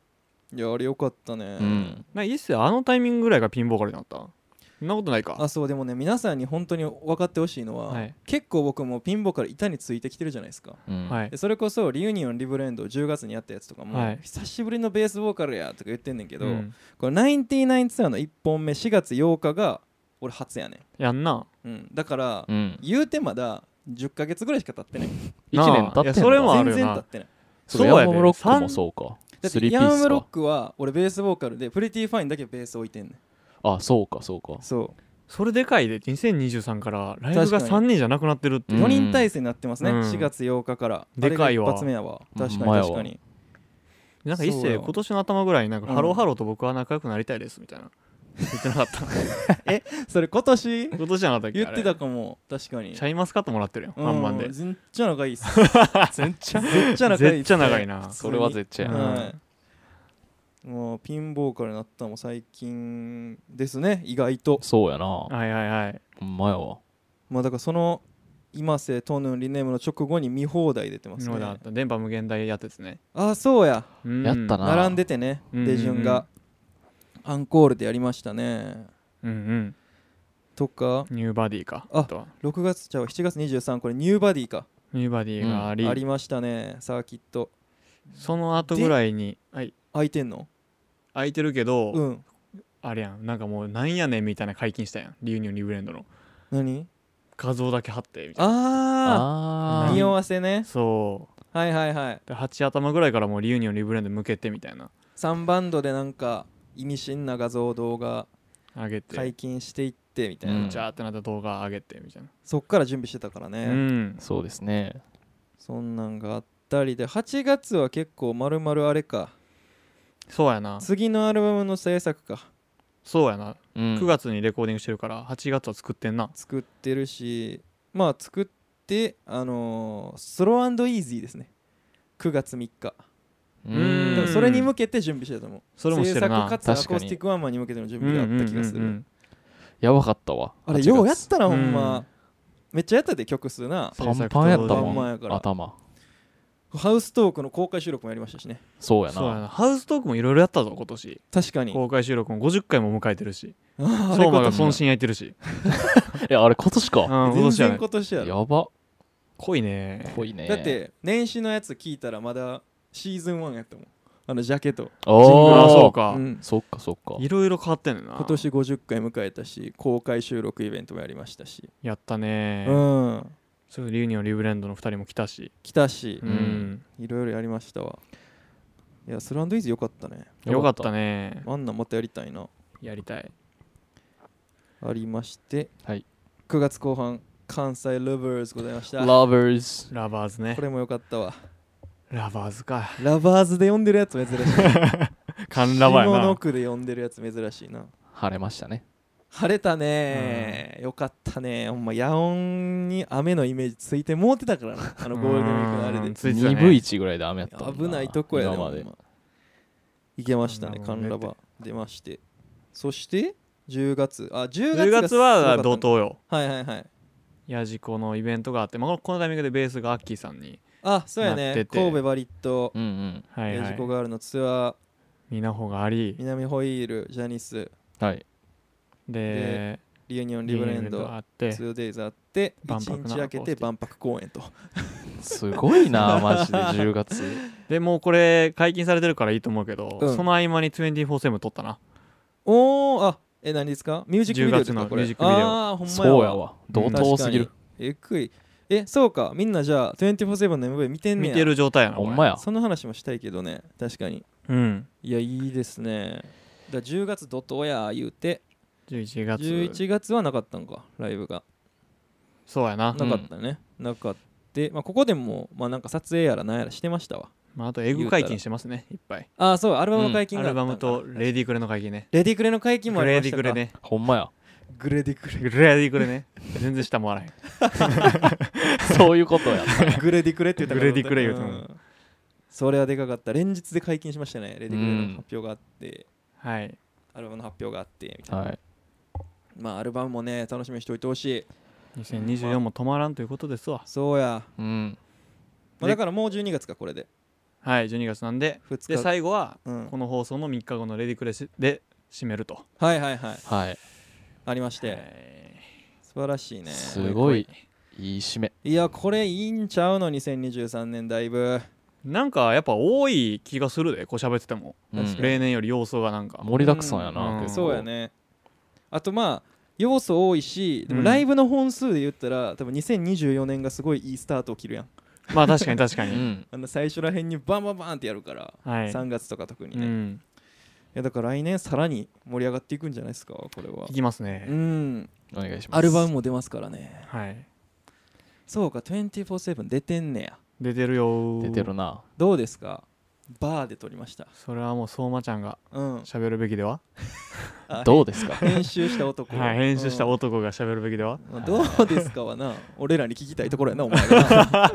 Speaker 2: いやあれよかったね、
Speaker 3: うん
Speaker 1: なイッセあのタイミングぐらいがピンボーカルになったそんなことないか
Speaker 2: あそうでもね皆さんに本当に分かってほしいのは、
Speaker 1: はい
Speaker 2: 結構僕もピンボから板についてきてるじゃないですか
Speaker 3: うん
Speaker 1: はい
Speaker 2: でそれこそリユニオンリブレンドを10月にやったやつとかも、
Speaker 1: はい
Speaker 2: 久しぶりのベースボーカルやとか言ってんねんけど、
Speaker 1: うん
Speaker 2: これ99ツアーの1本目4月8日が俺初やね、
Speaker 1: やんなん
Speaker 2: うん、だから、
Speaker 3: うん
Speaker 2: 言うてまだ10ヶ月ぐらいしか経ってない
Speaker 1: なあ
Speaker 3: 1年経って
Speaker 1: い
Speaker 3: んのか
Speaker 1: やそれもある
Speaker 2: 全
Speaker 1: よな
Speaker 2: 然経ってない
Speaker 3: そう
Speaker 1: そうや
Speaker 3: ヤ
Speaker 1: で
Speaker 3: ンムロックもそうか
Speaker 2: だっ
Speaker 3: スリ
Speaker 2: て
Speaker 3: ーピ
Speaker 2: ヤ
Speaker 3: ー
Speaker 2: ン・ム
Speaker 3: ス
Speaker 2: ロッ
Speaker 3: か
Speaker 2: クは俺ベースボーカルでプリティ・ファインだけベース置いてんねん
Speaker 3: あそうかそうか
Speaker 2: そ
Speaker 1: それでかいで2023からライブが
Speaker 2: 確か
Speaker 1: 3人じゃなくなってるって
Speaker 2: う
Speaker 1: いう
Speaker 2: 4
Speaker 3: ん
Speaker 2: 人体制になってますね、
Speaker 1: うん
Speaker 2: 4月8日から
Speaker 1: でかいわ
Speaker 2: あれが一発目やわ確
Speaker 3: ほんま
Speaker 2: か
Speaker 3: や
Speaker 2: に確
Speaker 3: わ
Speaker 2: かに
Speaker 1: なんか一
Speaker 2: そう
Speaker 1: 世
Speaker 2: よ
Speaker 1: 今年の頭ぐらいになんか
Speaker 2: うん
Speaker 1: ハローハローと僕は仲良くなりたいですみたいな言ってなかった
Speaker 2: それ今 年
Speaker 1: 今年じゃなかったっけ
Speaker 2: 言
Speaker 1: あ
Speaker 2: っ
Speaker 1: れ
Speaker 2: てたかも確かに
Speaker 1: シャインマスカットもらってるよ
Speaker 2: うん
Speaker 1: まんまんで
Speaker 2: 全っちゃ長いっす
Speaker 3: 全然
Speaker 2: 全っちゃ長い
Speaker 1: 絶ちゃ長いな
Speaker 3: それは絶対
Speaker 1: う
Speaker 3: や
Speaker 1: ん
Speaker 2: はい、もうピンボーカルになったのも最近ですね意外と
Speaker 3: そうやな
Speaker 1: はいはいはい
Speaker 3: ほんまやわ
Speaker 2: まあだからその今瀬トヌンリネームの直後に見放題出てます
Speaker 1: そうだ
Speaker 2: ね
Speaker 1: った電波無限大やってですね
Speaker 2: ああそうや
Speaker 1: うん
Speaker 3: やったなあー
Speaker 2: 並んでてね
Speaker 1: うんうん
Speaker 2: 手順がアンコールでやりましたね
Speaker 1: うん
Speaker 2: とか
Speaker 1: うんニューバディか
Speaker 2: あ
Speaker 1: あとは
Speaker 2: 6月ちゃう7月23これニューバディか
Speaker 1: ニューバディがあり,、
Speaker 2: ありましたねサーキット
Speaker 1: その後ぐらいにはい
Speaker 2: 空いてんの
Speaker 1: 空いてるけど、
Speaker 2: うん
Speaker 1: あれやんなんかもうなんやねんみたいな解禁したやんリユニオンリブレンドの
Speaker 2: 何
Speaker 1: 画像だけ貼ってみたい
Speaker 2: あ
Speaker 3: あ
Speaker 2: あ
Speaker 3: ー
Speaker 2: 匂わせね
Speaker 1: なそう
Speaker 2: はいはいはい
Speaker 1: で8頭ぐらいからもうリユニオンリブレンド向けてみたいな
Speaker 2: 3バンドでなんか意味深な画像動画
Speaker 1: 上げて
Speaker 2: 解禁していってみたいな、
Speaker 3: うん
Speaker 1: ジャーってなった動画上げてみたいな
Speaker 2: そっから準備してたからね、
Speaker 1: うん
Speaker 3: そうですね
Speaker 2: そんなんがあったりで8月は結構まるまるあれか
Speaker 1: そうやな
Speaker 2: 次のアルバムの制作か
Speaker 1: そうやな
Speaker 3: 9
Speaker 1: 9月にレコーディングしてるから8月は作ってんな
Speaker 2: 作ってるしまあ作ってあのースローイージーですね9月3日
Speaker 3: う
Speaker 1: うん
Speaker 2: だ
Speaker 3: ん
Speaker 2: からそれに向けて準備してたと思う
Speaker 1: それもしてるな
Speaker 2: 制作かつア
Speaker 3: 確か
Speaker 2: コ
Speaker 3: に
Speaker 2: ースティックワンマンに向けての準備があった気がす
Speaker 1: う
Speaker 2: る、
Speaker 1: んうんうんうん
Speaker 3: やばかったわ
Speaker 2: あれ
Speaker 3: 8
Speaker 2: ようやっ
Speaker 3: 月
Speaker 2: たらほんま、
Speaker 1: うん
Speaker 2: めっちゃやったで曲数な
Speaker 3: パンパンやっ
Speaker 2: パ
Speaker 3: た
Speaker 2: ンパン
Speaker 3: も
Speaker 2: やか
Speaker 3: ん
Speaker 2: ら
Speaker 3: 頭
Speaker 2: ハウストークの公開収録もやりましたしね
Speaker 3: そうや
Speaker 1: そうや
Speaker 3: な
Speaker 1: なハウストークもいろいろやったぞ今年
Speaker 2: 確かに
Speaker 1: 公開収録も50回も迎えてるし
Speaker 2: あ
Speaker 1: 相馬
Speaker 2: あ
Speaker 1: が
Speaker 2: れ
Speaker 1: 損心焼いてるし
Speaker 3: いやあれ今年
Speaker 1: うん
Speaker 3: か
Speaker 1: 今
Speaker 2: 全
Speaker 1: 年や
Speaker 2: 然
Speaker 1: ね
Speaker 2: 今年やろ
Speaker 3: やば
Speaker 1: 濃いね
Speaker 3: 濃いね
Speaker 2: だって年始のやつ聞いたらまだシーズン1やったもんあのジャケット
Speaker 3: あ
Speaker 1: ジングルは
Speaker 3: あ
Speaker 1: そうか
Speaker 2: うん
Speaker 3: そっかそっか
Speaker 1: いろいろ変わってんねんな
Speaker 2: 今年50回迎えたし公開収録イベントもやりましたし、
Speaker 1: やったね
Speaker 2: うん
Speaker 1: それリユニオンリブレンドの2人も来たし
Speaker 2: 来たし
Speaker 1: う
Speaker 3: うん
Speaker 1: ん
Speaker 2: いろいろやりましたわいやスランドイーズよかったね
Speaker 1: よかったね
Speaker 2: あんなんまたやりたいな
Speaker 1: やりたい
Speaker 2: ありまして、
Speaker 3: はい
Speaker 2: 9月後半関西ラバーズございましたこ
Speaker 3: Lovers
Speaker 1: ラバーズね
Speaker 2: れもよかったわ
Speaker 1: ラバーズか
Speaker 2: ラバーズで呼んでるやつ珍しい
Speaker 1: 缶ラバー
Speaker 2: 下
Speaker 1: や
Speaker 2: の
Speaker 1: な
Speaker 2: 区で呼んでるやつ珍しいな
Speaker 3: 晴れましたね
Speaker 2: 晴れたねーよかったねーほんま夜音に雨のイメージついてもうてたからなあのゴールデンウィークのあれ
Speaker 1: う
Speaker 2: で
Speaker 1: んついてた
Speaker 3: 2
Speaker 1: ね
Speaker 3: 分1ぐらいで雨やったもん
Speaker 2: 危ないとこやね
Speaker 3: 今まで
Speaker 2: ほんま行けましたね
Speaker 1: そ
Speaker 2: カ
Speaker 1: んなもんね
Speaker 2: ンラバ出ましてそして10月あ10月
Speaker 1: 10
Speaker 2: が
Speaker 1: 月は怒
Speaker 2: すごかったね
Speaker 1: 涛よ
Speaker 2: はいはいはい
Speaker 1: ヤジコのイベントがあって、まあ、このタイミングでベースがアッキーさんに、
Speaker 2: あそうや
Speaker 1: なっ
Speaker 2: ね
Speaker 1: てて
Speaker 2: 神戸バリット
Speaker 3: うんうん
Speaker 1: はい
Speaker 2: ヤ
Speaker 1: は
Speaker 2: ジ
Speaker 1: い
Speaker 2: コ、ガールのツアー
Speaker 1: みなほがあり、
Speaker 2: 南ホイールジャニス
Speaker 3: はい
Speaker 1: で、
Speaker 2: リユニオンリブレンド
Speaker 1: があって、
Speaker 2: 2days あって
Speaker 1: 万博な
Speaker 2: 1日明けて万博公演と
Speaker 3: すご いなマジで10月
Speaker 1: でもうこれ、解禁されてるからいいと思うけど、
Speaker 2: うん
Speaker 1: その合間に247撮ったな。
Speaker 2: おおあえ何ですかミュージックビデオです
Speaker 1: 10
Speaker 2: か
Speaker 1: 月の
Speaker 2: こ
Speaker 1: ミュ
Speaker 2: れ
Speaker 1: ージックビデオ
Speaker 2: あーほんま
Speaker 3: そうやわ怒涛すぎる
Speaker 2: 確かにえくいえそうかみんなじゃあ24-7の MV 見てんね
Speaker 1: 見
Speaker 2: や
Speaker 1: てる状態やな。
Speaker 3: ほ
Speaker 1: これ
Speaker 3: んまや
Speaker 2: その話もしたいけどね確かに
Speaker 1: うん。
Speaker 2: いやいいですねだ10月怒涛や言うて
Speaker 1: 11月。
Speaker 2: 11月はなかったんかライブが
Speaker 1: そうやな。
Speaker 2: なかったね、なかったまあ、ここでも、まあ、なんか撮影やらなんやらしてましたわ
Speaker 1: まあ、あと、エグ解禁してますね、いっぱい。
Speaker 2: ああそうアルバムの解禁
Speaker 1: ア
Speaker 2: が
Speaker 1: ル
Speaker 2: あっ
Speaker 1: バ
Speaker 2: たんか
Speaker 1: ムとレディークレの解禁ね。
Speaker 2: レディクレの解禁もあ
Speaker 1: グ
Speaker 2: り
Speaker 1: レ
Speaker 2: ま
Speaker 1: デ
Speaker 2: した
Speaker 1: ィ
Speaker 2: か
Speaker 1: クレね。
Speaker 3: ほんまや
Speaker 2: グレディ ク
Speaker 1: グ
Speaker 2: レ
Speaker 1: レディクレね。全然下回らへん。
Speaker 3: そういうことや
Speaker 2: グレディクレって言ったから
Speaker 1: グレディクレ言うたもん
Speaker 2: んそれはでかかった連日で解禁しましたねレディクレの発表があって、
Speaker 1: はい。
Speaker 2: アルバムの発表があってみたいな、
Speaker 3: はい
Speaker 2: まあアルバムもね楽しみにしておいてほしい
Speaker 1: 2024も止まらんということですわ。
Speaker 2: そうや、
Speaker 3: うん
Speaker 2: まあ、だからもう12月かこれで
Speaker 1: はい、12月なんで。
Speaker 2: 2日
Speaker 1: で、最後は、
Speaker 2: うん、
Speaker 1: この放送の3日後のレディークレしで締めると。
Speaker 2: はいはいはい
Speaker 3: はい
Speaker 2: ありまして、
Speaker 1: はい
Speaker 2: 素晴らしいね
Speaker 3: すごいいい締め
Speaker 2: いやこれいいんちゃうの2023年だいぶ
Speaker 1: なんかやっぱ多い気がするでこう喋ってても、
Speaker 3: うん
Speaker 1: 例年より要素がなんか
Speaker 3: 盛りだくさんやな
Speaker 1: うん
Speaker 3: 結構
Speaker 2: そうやねあとまあ要素多いしでも
Speaker 1: うん
Speaker 2: ライブの本数で言ったら、多分2024年がすごいいいスタートを切るやん
Speaker 1: まあ確かに確か
Speaker 3: う
Speaker 1: に、
Speaker 3: ん
Speaker 2: あの最初らへんにバンバンバンってやるから、
Speaker 1: はい、
Speaker 2: 3月とか特に
Speaker 1: う
Speaker 2: ね、い
Speaker 1: ん、
Speaker 2: やだから来年さらに盛り上がっていくんじゃないですかこれはい
Speaker 1: きます
Speaker 2: う
Speaker 1: ね、
Speaker 2: ん
Speaker 3: お願いします
Speaker 2: アルバムも出ますからね
Speaker 1: はい
Speaker 2: そうか247出てんねや
Speaker 1: 出てるよー
Speaker 3: 出てるな
Speaker 2: どうですかバーで撮りました
Speaker 1: それはもう相馬ちゃんが
Speaker 2: うん
Speaker 1: 喋るべきでは、
Speaker 2: あ
Speaker 3: どうですか
Speaker 2: 編集した男
Speaker 1: はい、編集した
Speaker 2: うん
Speaker 1: 男が喋るべきでは、
Speaker 2: まあどうですかはな俺らに聞きたいところやなお前がな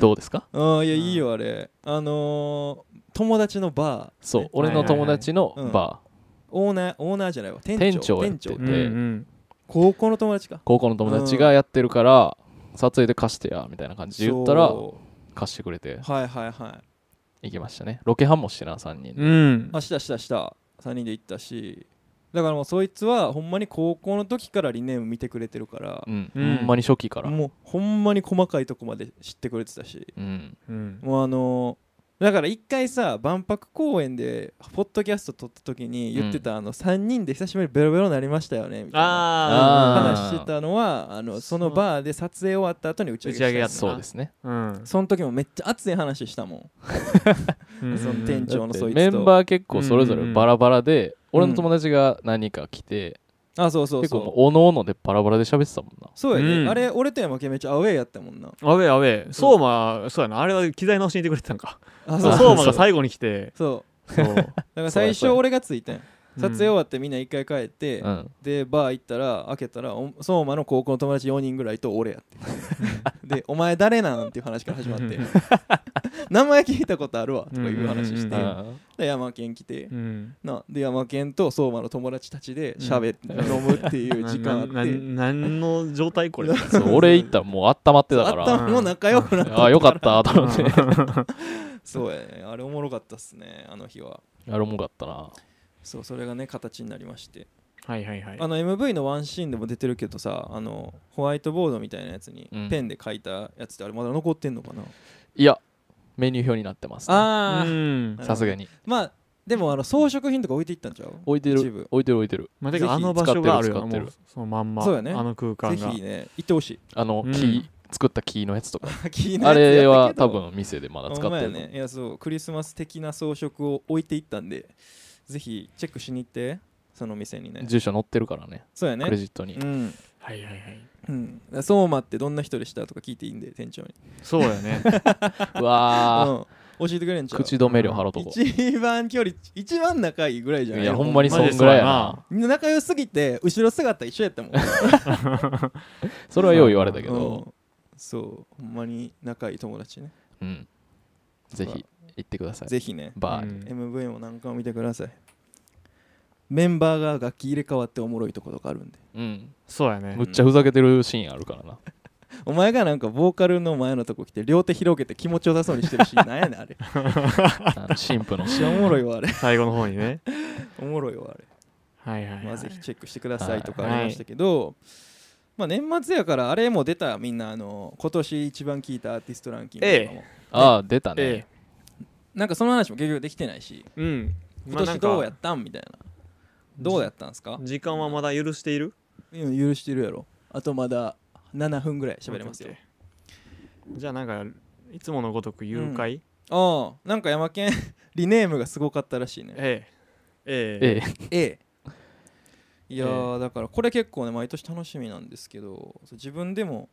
Speaker 3: どうですか
Speaker 2: うんいやいいよあれあのー友達のバー
Speaker 3: そう
Speaker 1: はい
Speaker 3: 俺
Speaker 1: はいはい
Speaker 3: の友達の
Speaker 2: うん
Speaker 3: バー
Speaker 2: オーナーオーナーじゃないわ店長
Speaker 3: 店長やって
Speaker 1: うん
Speaker 3: て
Speaker 1: うん、
Speaker 2: 高校の友達か
Speaker 3: 高校の友達がやってるから撮影で貸してやみたいな感じで言ったら
Speaker 2: そ
Speaker 3: 貸してくれて
Speaker 2: うはいはいはい
Speaker 3: 行きましたねロケハンもしてな3人で
Speaker 1: うん
Speaker 2: あ、したしたした3人で行ったしだからもうそいつはほんまに高校の時からリネーム見てくれてるから
Speaker 3: う、ん、
Speaker 1: うん
Speaker 3: ほんまに初期から、
Speaker 2: もうほんまに細かいとこまで知ってくれてたし
Speaker 3: うん、
Speaker 1: うん、
Speaker 2: もうあのーだから一回さ万博公園でポッドキャスト撮った時に言ってた、あの3人で久しぶりにベロベロになりましたよねみたいな
Speaker 1: あ
Speaker 3: ー
Speaker 1: ー
Speaker 2: 話してたのはあのそのバーで撮影終わった後に打ち上げ
Speaker 1: 打ち上げや
Speaker 2: した
Speaker 1: っ
Speaker 3: そうですね
Speaker 1: うん
Speaker 2: その時もめっちゃ熱い話したもん
Speaker 1: うん
Speaker 2: その店長のそいつと
Speaker 3: メンバー結構それぞれバラバラで、
Speaker 2: うんうん
Speaker 3: 俺の友達が何人か来て、
Speaker 2: あそうそう
Speaker 3: 結
Speaker 2: そう
Speaker 3: 構もうおのおのでバラバラで喋ってたもんな
Speaker 2: そうやね、
Speaker 1: うん
Speaker 2: あれ俺と山家めっちゃアウェーやったもんな
Speaker 1: アウェイアウェイ相馬そうやなあれは機材直しに行ってくれてたんか
Speaker 2: あ
Speaker 1: そう相馬が最後に来て
Speaker 2: そう
Speaker 1: そう
Speaker 2: だから最初俺がついてん
Speaker 1: うん
Speaker 2: 撮影終わってみんな一回帰って、
Speaker 3: うん
Speaker 2: でバー行ったら開けたらお相馬の高校の友達4人ぐらいと俺やってで「お前誰なん?」っていう話から始まって 名前聞いたことあるわとかいう話して、
Speaker 1: うん
Speaker 3: う
Speaker 1: うん
Speaker 2: で山県来て、
Speaker 1: うん
Speaker 2: なで山県と相馬の友達たちで喋って、
Speaker 3: うん
Speaker 2: 飲むっていう時間あって
Speaker 1: ななな何の状態これ
Speaker 3: そう俺行ったらもう温まって たか
Speaker 2: あった
Speaker 3: ら
Speaker 2: まもう仲良くなった
Speaker 3: ああよかったと思って
Speaker 2: そうやねあれおもろかったっすねあの日は
Speaker 3: あれもかったな
Speaker 2: そうそれがね形になりまして
Speaker 1: はいはいはい
Speaker 2: あの MV のワンシーンでも出てるけどさあのホワイトボードみたいなやつに
Speaker 3: うん
Speaker 2: ペンで書いたやつってあれまだ残ってんのかな、
Speaker 3: いやメニュー表になってますね
Speaker 2: あ
Speaker 1: う
Speaker 2: ー
Speaker 1: ん
Speaker 3: さすがに
Speaker 2: まあでもあの装飾品とか置いていったんちゃう
Speaker 3: 置いて
Speaker 2: 一
Speaker 3: る
Speaker 2: 部
Speaker 3: 置いてる置いてる
Speaker 1: まあ、
Speaker 3: ぜ
Speaker 1: て
Speaker 3: ひ
Speaker 1: かあの場所があるよ
Speaker 3: 使っ
Speaker 1: な
Speaker 3: てる
Speaker 1: もうそのまんま
Speaker 2: そうやね
Speaker 1: あの空間
Speaker 2: ぜ
Speaker 1: が
Speaker 2: ひね行ってほしい
Speaker 3: あの
Speaker 1: うん
Speaker 3: 木作った木のやつとか
Speaker 2: 気にな
Speaker 3: あ
Speaker 2: るやつ
Speaker 3: れ
Speaker 2: や
Speaker 3: は
Speaker 2: ったけど
Speaker 3: 多分店でまだ使
Speaker 2: ほんま
Speaker 3: って
Speaker 2: や
Speaker 3: る
Speaker 2: ねいやそうクリスマス的な装飾を置いていったんでぜひチェックしに行ってその店にね
Speaker 3: 住所載ってるからね
Speaker 2: そうや
Speaker 3: クレ
Speaker 2: ね
Speaker 3: ジットに
Speaker 2: うん
Speaker 1: はいはいはい
Speaker 2: うん、相馬ってどんな人でしたとか聞いていいんで店長に、
Speaker 1: そうやね
Speaker 3: うわ
Speaker 2: うん、教えてくれんち
Speaker 3: ー
Speaker 2: ゃう
Speaker 3: 口止め料払うとこ
Speaker 2: 一番距離一番仲いいぐらいじゃない
Speaker 3: いやほんまにそ
Speaker 1: マジで
Speaker 3: んぐらいや
Speaker 1: そうや
Speaker 3: な
Speaker 1: な
Speaker 2: みんな仲良すぎて後ろ姿一緒やったもん
Speaker 3: それはよう言われたけ
Speaker 2: う
Speaker 3: ど
Speaker 2: んそうほんまに仲いい友達ね
Speaker 3: うんぜひ行ってください
Speaker 2: ぜひね
Speaker 3: バーに
Speaker 1: うん
Speaker 2: MV も何回も見てくださいメンバーが楽器入れ替わっておもろいとことかあるんで
Speaker 3: うん
Speaker 1: そうやね
Speaker 3: むっちゃふざけてるシーンあるから な
Speaker 2: お前がなんかボーカルの前のとこ来て両手広げて気持ちよさそうにしてるし なんやねんあれ
Speaker 3: あの神父
Speaker 2: め
Speaker 3: の
Speaker 2: っちゃおもろいわあれ
Speaker 1: 最後の方にね
Speaker 2: おもろいわあれ、
Speaker 1: はいはい、はい
Speaker 2: まあ、ぜひチェックしてくださいとかありましたけど、まあ、年末やからあれも出たみんなあの今年一番聴いたアーティストランキングとかも、
Speaker 3: ああ出たね
Speaker 1: え
Speaker 2: なんかその話も結局できてないし
Speaker 1: えうんま
Speaker 2: 今
Speaker 1: あな
Speaker 2: 年
Speaker 1: んか
Speaker 2: どうやったんみたいなどうやったんすか
Speaker 1: 時間はまだ許している
Speaker 2: うん許してるやろあとまだ7分ぐらい喋れますよ
Speaker 1: じゃあなんかいつものごとく誘拐、
Speaker 2: ああなんかヤマケン リネームがすごかったらしいね
Speaker 1: ええええ
Speaker 3: ええ
Speaker 2: ええいやーだからこれ結構ね毎年楽しみなんですけどそう自分でも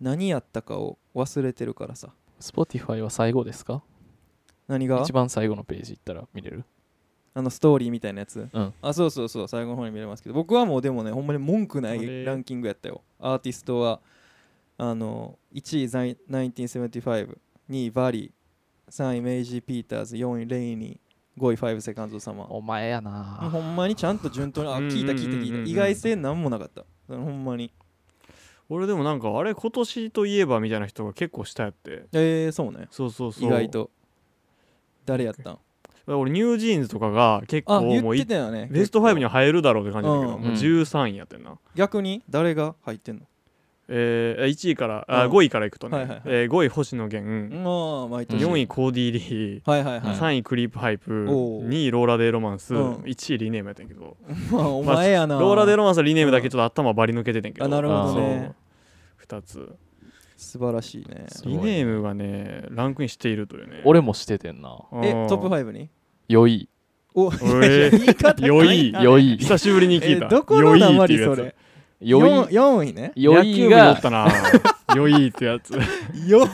Speaker 2: 何やったかを忘れてるからさ
Speaker 3: Spotify は最後ですか
Speaker 2: 何が
Speaker 3: 一番最後のページ行ったら見れる
Speaker 2: あのストーリーみたいなやつ、
Speaker 3: うん
Speaker 2: あそうそうそう最後の方に見れますけど僕はもうでもねほんまに文句な
Speaker 1: あ
Speaker 2: い
Speaker 1: れ
Speaker 2: ランキングやったよアーティストはあの1位ザイ1975 2位バリー3位メイジー・ピーターズ4位レイニー5位5セカンド様も
Speaker 3: お前や
Speaker 2: う
Speaker 3: な
Speaker 2: ほんまにちゃんと順当にあ
Speaker 1: うんうんうん
Speaker 2: 聞いた聞いた
Speaker 1: うん
Speaker 2: 聞
Speaker 1: う
Speaker 2: い
Speaker 1: ん
Speaker 2: た意外性なんもなかったそのほんまに
Speaker 1: 俺でもなんかあれ今年といえばみたいな人が結構下やって
Speaker 2: えー、そうね
Speaker 1: そうそうそう
Speaker 2: 意外と誰やったん
Speaker 1: 俺ニュージーンズとかが結
Speaker 2: あ
Speaker 1: 構も
Speaker 2: 言っ
Speaker 1: うい
Speaker 2: てたよね
Speaker 1: ベスト5に
Speaker 2: は
Speaker 1: は入るだろうって感じだけど、
Speaker 2: うん
Speaker 1: もう13位やってんな
Speaker 2: 逆に誰が入ってんの
Speaker 1: ええー、1位から、あ
Speaker 2: うん
Speaker 1: 5位からいくとね、
Speaker 2: はいはいはい
Speaker 1: えー5位星野源、
Speaker 2: まあ毎年
Speaker 1: 4位コーディー・リー、
Speaker 2: はいはいはい、
Speaker 1: 3位クリープハイプ
Speaker 2: おー
Speaker 1: 2位ローラ・デイ・ロマンス、
Speaker 2: うん
Speaker 1: 1位リネームやったんやけど
Speaker 2: まあお前やな、
Speaker 1: ローラ・デイ・ロマンスとリネームだけちょっと頭バリ抜けててんけど
Speaker 2: あなる
Speaker 3: ほど
Speaker 2: ね
Speaker 1: 2つ
Speaker 2: 素晴らしいね
Speaker 3: すごい
Speaker 1: リネームがねランクインしているというね
Speaker 3: 俺もしててんな。
Speaker 1: うん
Speaker 2: えトップ5に
Speaker 3: よい。
Speaker 2: お
Speaker 1: おえ
Speaker 2: 言い方
Speaker 1: よい
Speaker 2: 変えた
Speaker 3: よい。
Speaker 1: 久しぶりに聞いた
Speaker 2: えどこの
Speaker 1: よい
Speaker 2: なま
Speaker 1: って
Speaker 2: り
Speaker 1: いう
Speaker 2: そ
Speaker 1: やつ
Speaker 2: れ
Speaker 3: よい。
Speaker 2: 4位ね
Speaker 3: よ
Speaker 1: 野球
Speaker 3: い
Speaker 1: 部乗っ
Speaker 3: が、
Speaker 1: たな よいってやつ
Speaker 2: よ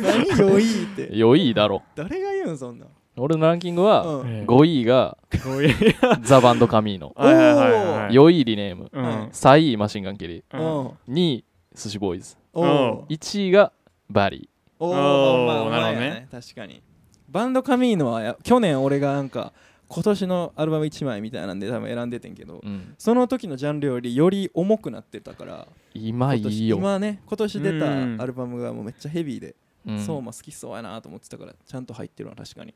Speaker 2: 何4位って
Speaker 3: よいだろ。
Speaker 2: 誰が言うんそんな、
Speaker 3: 俺のランキングは、
Speaker 2: うん
Speaker 3: 5位が、
Speaker 1: ごい
Speaker 3: ザ・バンド・カミーノ。
Speaker 1: はいはいはいはい
Speaker 3: よいリネーム。
Speaker 1: うん
Speaker 2: はい
Speaker 3: 3位、マシンガン・ケリー。
Speaker 2: うん、
Speaker 1: うん
Speaker 2: お
Speaker 3: 2位、寿司ボーイズ。
Speaker 2: おー
Speaker 3: 1位が、バリ
Speaker 2: お
Speaker 1: おー
Speaker 2: お、まあ、お前や
Speaker 1: なるほ
Speaker 2: ね確かにバンドカミーノはや去年俺がなんか今年のアルバム1枚みたいなんで多分選んでてんけど
Speaker 3: ー。うん。
Speaker 2: その時のジャンルよりより重くなってたから
Speaker 3: 今い
Speaker 2: 今年
Speaker 3: いよ。
Speaker 2: 今ね今年出
Speaker 1: うん
Speaker 2: たアルバムがもうめっちゃヘビーで、
Speaker 3: うん
Speaker 2: そうま好きそうやなと思ってたからちゃんと入ってるのは確かに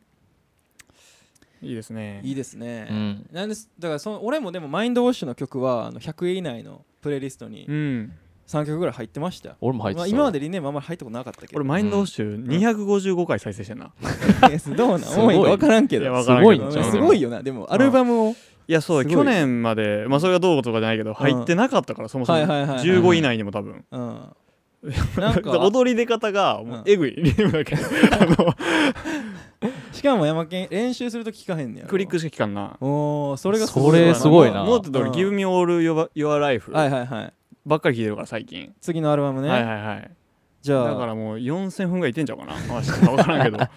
Speaker 1: いいですね
Speaker 2: いいですね、
Speaker 3: うん
Speaker 2: なんですだからその俺もでもマインドウォッシュの曲はあの100位以内のプレイリストに
Speaker 1: うん
Speaker 2: 3曲ぐらい入ってましたよ、
Speaker 3: 俺も入って
Speaker 2: まあ、
Speaker 3: た。
Speaker 2: 今までリネームあんまり入ったことなかったけど
Speaker 1: 俺マインドウォッシュ255回再生してんな、
Speaker 2: どうなん
Speaker 3: すご
Speaker 2: 多
Speaker 3: い
Speaker 2: いか分からんけ
Speaker 1: いや
Speaker 2: ど
Speaker 1: わからんけど
Speaker 3: わ
Speaker 2: うん
Speaker 3: すごいんちゃう
Speaker 2: すごいよなでもアルバムを
Speaker 1: いやそうだ
Speaker 2: すご
Speaker 1: 去
Speaker 2: い
Speaker 1: 年までまあそれがどうとかじゃないけど入ってなかったから、そもそも
Speaker 2: はいはいはいはい
Speaker 1: 15以内にも多分、
Speaker 2: うんなんか
Speaker 1: 踊り出方がもううんえぐい、 リズムだけあの
Speaker 2: しかも山県練習すると聞かへんねやろ
Speaker 1: クリックしか聞かんな
Speaker 2: おおそれが
Speaker 3: それすごいな
Speaker 1: もっと俺「
Speaker 2: うん
Speaker 1: Give Me All Your Your Life
Speaker 2: はい」はいはい
Speaker 1: ばっかり聞いてるから最近、
Speaker 2: 次のアルバムね、
Speaker 1: はいはいはい
Speaker 2: じゃあ
Speaker 1: だからもう4000分ぐらいいってんちゃうかな話が分からんけ どは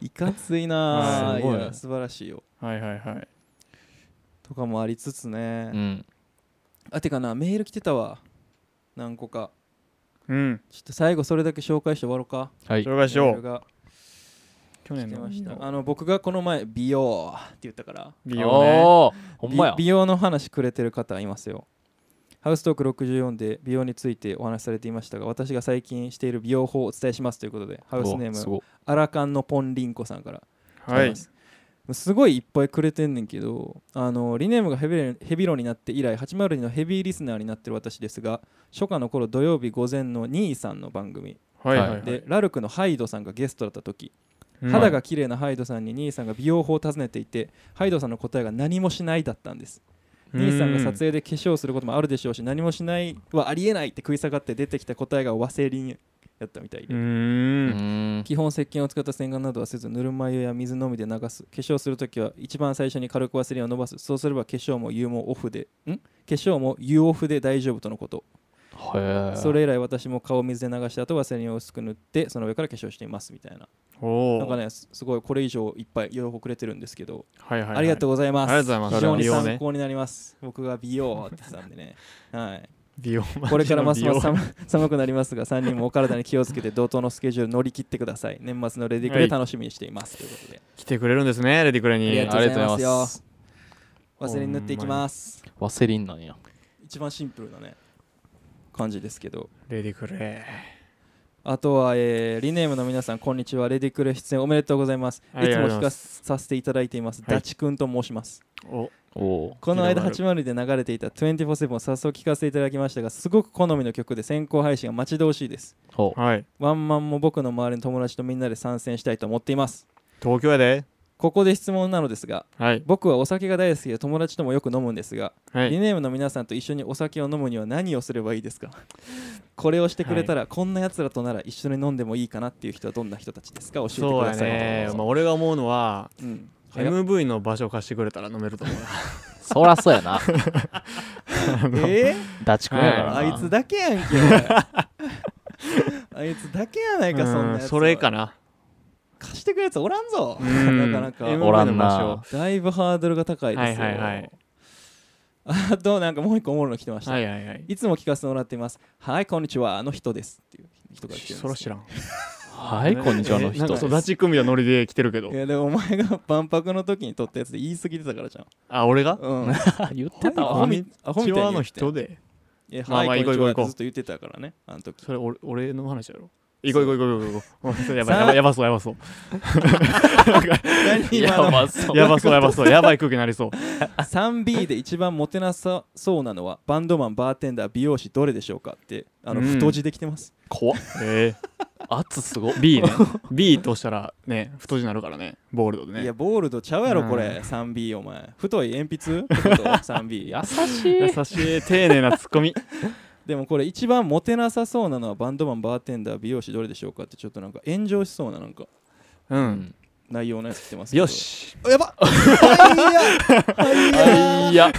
Speaker 1: い
Speaker 2: かついな
Speaker 1: うん
Speaker 2: あ
Speaker 1: すごい
Speaker 2: や素晴らしいよ
Speaker 1: いはいはい
Speaker 2: とかもありつつね、
Speaker 3: うん。
Speaker 2: あてかなメール来てたわ何個か
Speaker 1: うん
Speaker 2: ちょっと最後それだけ紹介して終わろうか
Speaker 3: はい。
Speaker 1: 紹介しよ
Speaker 2: メール
Speaker 1: う
Speaker 2: が
Speaker 1: 去
Speaker 2: 来
Speaker 1: 年
Speaker 2: て
Speaker 1: の
Speaker 2: ましたあの僕がこの前美容って言ったから
Speaker 1: 美容ね
Speaker 3: おーほんまや
Speaker 2: び。美容の話くれてる方いますよハウストーク64で美容についてお話しされていましたが私が最近している美容法をお伝えしますということでハウスネ
Speaker 3: お
Speaker 2: ー
Speaker 3: す
Speaker 2: ム
Speaker 3: ごい
Speaker 2: アラカンのポンリンコさんから
Speaker 1: は
Speaker 2: 来て
Speaker 1: い
Speaker 2: ますすごいいっぱいくれてんねんけどあのリネームがヘビヘビロになって以来802のヘビーリスナーになってる私ですが初夏の頃土曜日午前の2位さんの番組
Speaker 1: はいはいはい
Speaker 2: で、ラルクのハイドさんがゲストだった時
Speaker 1: うん
Speaker 2: 肌が綺麗なハイドさんに兄さんが美容法を尋ねていてハイドさんの答えが何もしないだったんです兄さんが撮影で化粧することもあるでしょうし何もしないはありえないって食い下がって出てきた答えがワセリンやったみたいで、
Speaker 1: うー
Speaker 3: う
Speaker 1: ん
Speaker 3: ーん。
Speaker 2: 基本石鹸を使った洗顔などはせずぬるま湯や水のみで流す化粧するときは一番最初に軽くワセリンを伸ばすそうすれば化粧も湯もオフでん化粧も湯オフで大丈夫とのこと
Speaker 3: へえ。
Speaker 2: それ以来私も顔を水で流した後ワセリンを薄く塗ってその上から化粧していますみたいな
Speaker 1: お
Speaker 2: なんか
Speaker 1: お
Speaker 2: ねすすごいこれ以上いっぱい情報くれてるんですけど
Speaker 1: はいはいはい
Speaker 2: ありがとうございます。
Speaker 1: ありがとうございます
Speaker 2: 非常に
Speaker 1: 美容ね
Speaker 2: 参考になります。僕が美容って言ってたんでね。はい。
Speaker 1: 美容
Speaker 2: これからますます
Speaker 1: ん
Speaker 2: 寒 寒くなりますが、3人もお体に気をつけて、怒涛のスケジュール乗り切ってください。年末のレディク
Speaker 1: は
Speaker 2: で
Speaker 1: い
Speaker 2: 楽しみにしています。ということで、
Speaker 1: 来てくれるんですねレディクレに
Speaker 2: ありがとうございます
Speaker 3: ありがとうござい
Speaker 2: よ
Speaker 3: ます。
Speaker 2: ワセリン塗っていきます。
Speaker 3: ワセリンなんや。
Speaker 2: 一番シンプルなね、感じですけど。
Speaker 1: レディクレ
Speaker 2: あとは、えーリネームの皆さん、こんにちは。レディクレ出演おめでとうございます。い
Speaker 1: はい
Speaker 2: つも
Speaker 1: ありがとうござい
Speaker 2: 聞
Speaker 1: ま
Speaker 2: かさせていただいています。
Speaker 1: はい
Speaker 2: ダチくんと申します。
Speaker 1: お
Speaker 3: おー
Speaker 2: この間
Speaker 1: 昨日
Speaker 2: 802で流れていた247を早速聴かせていただきましたがすごく好みの曲で先行配信が待ち遠しいです
Speaker 3: ほう。
Speaker 1: はい
Speaker 2: ワンマンも僕の周りの友達とみんなで参戦したいと思っています
Speaker 1: 東京やで
Speaker 2: ここで質問なのですが
Speaker 1: はい
Speaker 2: 僕はお酒が大好きで友達ともよく飲むんですが、
Speaker 1: は
Speaker 2: リ
Speaker 1: い
Speaker 2: ネームの皆さんと一緒にお酒を飲むには何をすればいいですか これをしてくれたら、こんなやつらとなら一緒に飲んでもいいかなっていう人はどんな人たちですか教えて
Speaker 1: そ
Speaker 2: く
Speaker 1: うや
Speaker 2: ださい
Speaker 1: ねま
Speaker 2: どう
Speaker 1: あ
Speaker 2: ぞ
Speaker 1: 俺が思うのは
Speaker 2: うん早っ
Speaker 1: MV の場所貸してくれたら 飲めると思うな
Speaker 3: そらそうやな。
Speaker 2: えー
Speaker 3: ダチ君やからな。
Speaker 2: あいつだけやんけおいあいつだけやないかそんなや
Speaker 1: うん
Speaker 2: つ
Speaker 1: それか
Speaker 2: な
Speaker 1: な
Speaker 2: 貸してくれるやつおらんぞ
Speaker 1: う
Speaker 2: なんかなか
Speaker 1: MV
Speaker 3: おら
Speaker 1: の
Speaker 3: ん
Speaker 1: 場
Speaker 3: な
Speaker 1: 所
Speaker 2: だいぶハードルが高いですよ
Speaker 1: はいはいはい
Speaker 2: あとなんかもう一個おもろいの来てました、、
Speaker 1: はいいはいはい
Speaker 2: つも聞かせてもらっていますはいこんにちはあの人ですっていう人が来てるんです
Speaker 1: そら知らん
Speaker 3: はい、こんにちはの
Speaker 1: えなんかそ
Speaker 3: 人。
Speaker 1: うダチ組はノリで来てるけど
Speaker 2: いやでもお前が万博の時に撮ったやつで言い過ぎてたからじゃん
Speaker 1: あ俺が
Speaker 2: うん
Speaker 3: 言っ
Speaker 2: て
Speaker 3: てた
Speaker 2: た
Speaker 3: わ
Speaker 2: わ。
Speaker 1: こんに
Speaker 2: アホみ
Speaker 1: ち
Speaker 2: たい
Speaker 1: は
Speaker 2: に
Speaker 1: の
Speaker 2: 言って
Speaker 1: 人で
Speaker 2: いや
Speaker 1: まあまあ
Speaker 2: はいこんにち
Speaker 1: 行こう行こう行こ
Speaker 2: は
Speaker 1: う
Speaker 2: ずっと言ってたからねあの時
Speaker 1: それ俺俺の話やろ行こう行こう行こう行こう行こうやばいやばいやばそうやばそう
Speaker 2: 何今
Speaker 3: や
Speaker 2: の
Speaker 3: ばそう
Speaker 1: やばそうやばそうやばい空気になりそう
Speaker 2: 3B で一番モテなさそうなのはバンドマンバーテンダー美容師どれでしょうかってあの
Speaker 1: うん
Speaker 2: 太字できてます、
Speaker 3: 怖っ
Speaker 1: え
Speaker 3: 圧すごっ
Speaker 1: ー、B ね B としたらね太字になるからねボールドで
Speaker 2: いや
Speaker 1: ね
Speaker 2: ボールドちゃうやろこ
Speaker 1: うん
Speaker 2: れ 3B お前太い鉛筆ってこと 3B
Speaker 3: 優しい
Speaker 1: 優しい丁寧なツッコミ
Speaker 2: でもこれ一番モテなさそうなのはバンドマンバーテンダー美容師どれでしょうかってちょっとなんか炎上しそうななんか
Speaker 1: う
Speaker 3: うんん
Speaker 2: 内容のやつ来てますけど
Speaker 1: よし
Speaker 2: やばはいや
Speaker 3: いや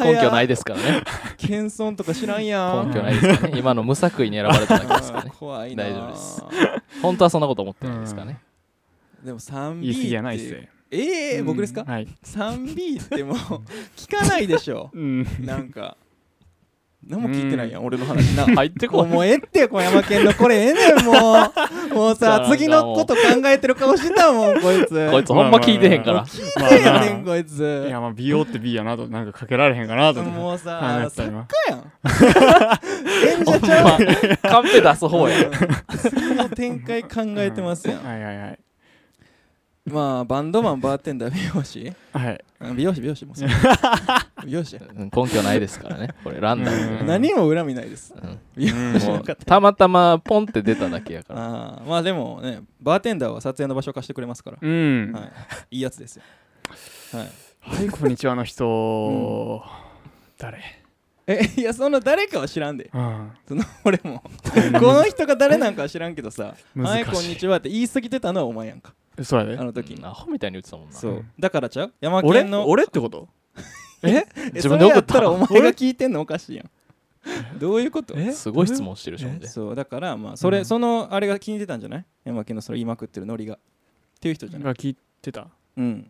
Speaker 3: 根拠ないいですからね
Speaker 2: 謙遜とか知らんやん
Speaker 3: 根拠ないですからね今の無作為に選ば れただけですか
Speaker 2: あ
Speaker 3: ら
Speaker 2: ー
Speaker 3: ね
Speaker 2: 怖いな
Speaker 3: 大丈夫です本当はそんなこと思ってないですからね
Speaker 2: でも 3B
Speaker 1: 言い過ぎやないっ
Speaker 2: って
Speaker 1: すね
Speaker 2: ええ
Speaker 3: うん
Speaker 2: 僕ですか、
Speaker 1: はい
Speaker 2: 3B ってもう聞かないでしょ
Speaker 1: うん
Speaker 2: なんか何も聞いてないやん俺の話 な
Speaker 3: 入ってこ
Speaker 2: もうええって小山県のこれええねんもうもう
Speaker 3: じゃ
Speaker 2: さ
Speaker 3: あ
Speaker 2: 次のこと考えてる顔してたもんこいつ
Speaker 3: こいつほんま聞いてへんか
Speaker 1: ま
Speaker 3: ら
Speaker 1: ま
Speaker 2: 何やねん
Speaker 1: ま
Speaker 2: こいつ
Speaker 1: あいやまあ BO って B やなとなんかかけられへんかなと思って
Speaker 2: もうさ
Speaker 1: あなった
Speaker 2: 作
Speaker 1: 今
Speaker 2: 家 やん演者ちゃうやん
Speaker 3: カンペ出す方や
Speaker 2: 次の展開考えてますやん、
Speaker 1: はいはいはい
Speaker 2: まあバンドマンバーテンダー美容師
Speaker 1: はい
Speaker 2: あ美容師美容師も うそれ美容師や
Speaker 3: うん根拠ないですからねこれランダムで
Speaker 1: うん
Speaker 2: 何も恨みないです
Speaker 3: うん
Speaker 2: 美容師
Speaker 3: も
Speaker 2: の
Speaker 3: う
Speaker 2: 方
Speaker 3: たまたまポンって出ただけやから
Speaker 2: あーまあでもねバーテンダーは撮影の場所貸してくれますから、
Speaker 1: うん
Speaker 2: はい、いいやつですよ、はい、
Speaker 1: はいこんにちはの人誰
Speaker 2: えいやその誰かは知らんで
Speaker 1: うん
Speaker 2: その俺もこの人が誰なんかは知らんけどさ「
Speaker 1: 難し
Speaker 2: はいいこんにちは」って言い過ぎてたのはお前やんか
Speaker 1: そうやで
Speaker 2: あの時
Speaker 3: うんアホみたいに言ってたもんな
Speaker 2: そうだからちゃう山
Speaker 1: 俺
Speaker 2: 県の
Speaker 1: 俺ってこと
Speaker 2: え
Speaker 3: 自分で送った
Speaker 2: それやらお前が聞いてんのおかしいやんどういうこと
Speaker 3: すごい質問してるしょんで
Speaker 2: そうだからまあそ
Speaker 1: う
Speaker 2: れ、
Speaker 1: ん
Speaker 2: そのあれが気に入ってたんじゃない山県のそれ言いまくってるノリがっていう人じゃな
Speaker 1: が
Speaker 2: い
Speaker 1: 聞いてた
Speaker 2: うん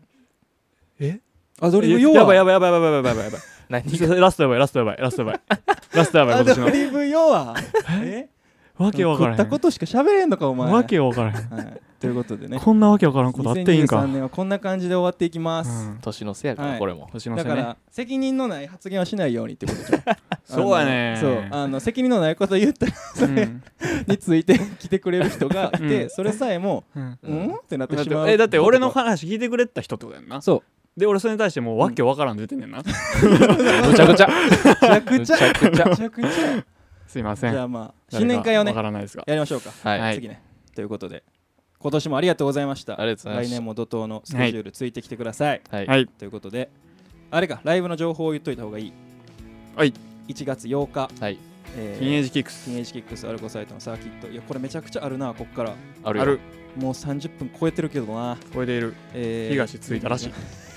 Speaker 1: え
Speaker 2: アドリ
Speaker 1: や
Speaker 2: ブ要
Speaker 1: やばいや
Speaker 2: は
Speaker 1: ばいやばいやばいやばいやばいやばい
Speaker 3: 何
Speaker 1: ちょラストやばいラストやばいラストやばいラストやばい
Speaker 2: ア
Speaker 1: 今年
Speaker 2: ド
Speaker 1: の
Speaker 2: リブ要はえ
Speaker 1: わけわからへん
Speaker 2: 食ったことしか喋れんのかお前
Speaker 1: わけわからへん
Speaker 2: はいということでね
Speaker 1: こんなわけわからんことあっていいん
Speaker 2: 2023
Speaker 1: か
Speaker 2: 年はこんな感じで終わっていきます、
Speaker 1: うん
Speaker 3: 年のせやか
Speaker 2: は
Speaker 3: ら
Speaker 2: い
Speaker 3: これも
Speaker 1: 年の
Speaker 2: だ
Speaker 1: 瀬
Speaker 2: か
Speaker 1: ね
Speaker 2: ら責任のない発言はしないようにってことじゃん
Speaker 1: そうやね
Speaker 2: あのそうあの責任のないこと言ったら
Speaker 1: うん
Speaker 2: について来てくれる 人がいて、
Speaker 1: うん
Speaker 2: それさえも
Speaker 1: うん
Speaker 2: うん、ってなって
Speaker 1: だっ
Speaker 2: してまう
Speaker 1: えだって俺の話聞いてくれた人ってことやんな
Speaker 2: そう
Speaker 1: で俺それに対してもうわけわからん出てんねんな
Speaker 3: ぐちゃぐ ちゃ
Speaker 2: めちゃくちゃ
Speaker 3: めちゃくちゃ
Speaker 2: めちゃくちゃ
Speaker 1: すいま
Speaker 2: じ
Speaker 1: せん
Speaker 2: ゃあまあ新年会を
Speaker 1: 誰
Speaker 2: ね
Speaker 1: かわからないですが
Speaker 2: やりましょうか、
Speaker 3: はい
Speaker 1: はい
Speaker 2: 次ねということで今年もありがとうございました
Speaker 3: ありがとうございました
Speaker 2: 来年も怒涛のスケジュールついてきてください、
Speaker 3: はい
Speaker 1: はい
Speaker 2: ということであれかライブの情報を言っといた方がいい
Speaker 1: はい
Speaker 2: 1月8日、
Speaker 3: はい
Speaker 2: えー
Speaker 1: ティーンエイジキックス
Speaker 2: ティーンエイジキックスアルコサイトのサーキットいやこれめちゃくちゃあるなこっから
Speaker 3: ある
Speaker 1: あ
Speaker 3: よ
Speaker 1: る
Speaker 2: もう30分超えてるけどな、
Speaker 1: 超えている
Speaker 2: えー
Speaker 1: 東着いたらしい
Speaker 2: ちょっと待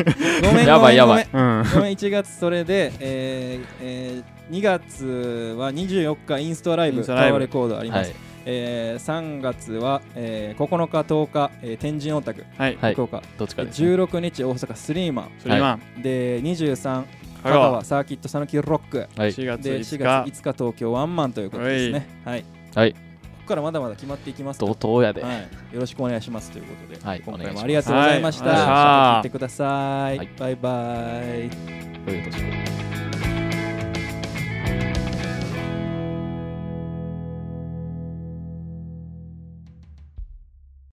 Speaker 2: ってごめん
Speaker 3: やばい
Speaker 2: ごめんごめん
Speaker 3: やばい
Speaker 1: うん
Speaker 2: ごめん1月それで、えーえー2月は24日インストライ
Speaker 1: イン
Speaker 2: ブ
Speaker 1: スト
Speaker 2: タ
Speaker 1: ライブ
Speaker 2: ワーレコードありま
Speaker 3: は
Speaker 2: す、
Speaker 3: い
Speaker 2: えー3月は、えー9日10日、えー天神オタク
Speaker 1: はい
Speaker 3: はい
Speaker 2: 福岡、
Speaker 3: どっちかですね
Speaker 2: 16日大阪スリーマン
Speaker 1: それ今
Speaker 2: で23香
Speaker 1: 香
Speaker 2: 川
Speaker 1: 川
Speaker 2: サーキットサヌキロック
Speaker 3: はい
Speaker 1: 4月
Speaker 2: で4
Speaker 1: 5
Speaker 2: 月
Speaker 1: 日
Speaker 2: 5日東京ワンマンということですねはい、
Speaker 3: はい
Speaker 2: ここからまだまだ決まっていきます
Speaker 3: 怒
Speaker 2: と
Speaker 3: 涛やで
Speaker 2: はい、よろしくお願いしますということで、
Speaker 3: はい
Speaker 2: 今
Speaker 3: お願
Speaker 2: 回
Speaker 3: いしま
Speaker 2: も
Speaker 3: す
Speaker 2: ありがとうございました、
Speaker 1: はい
Speaker 2: 聞いてください、
Speaker 3: はい
Speaker 2: バイバイ
Speaker 3: ということで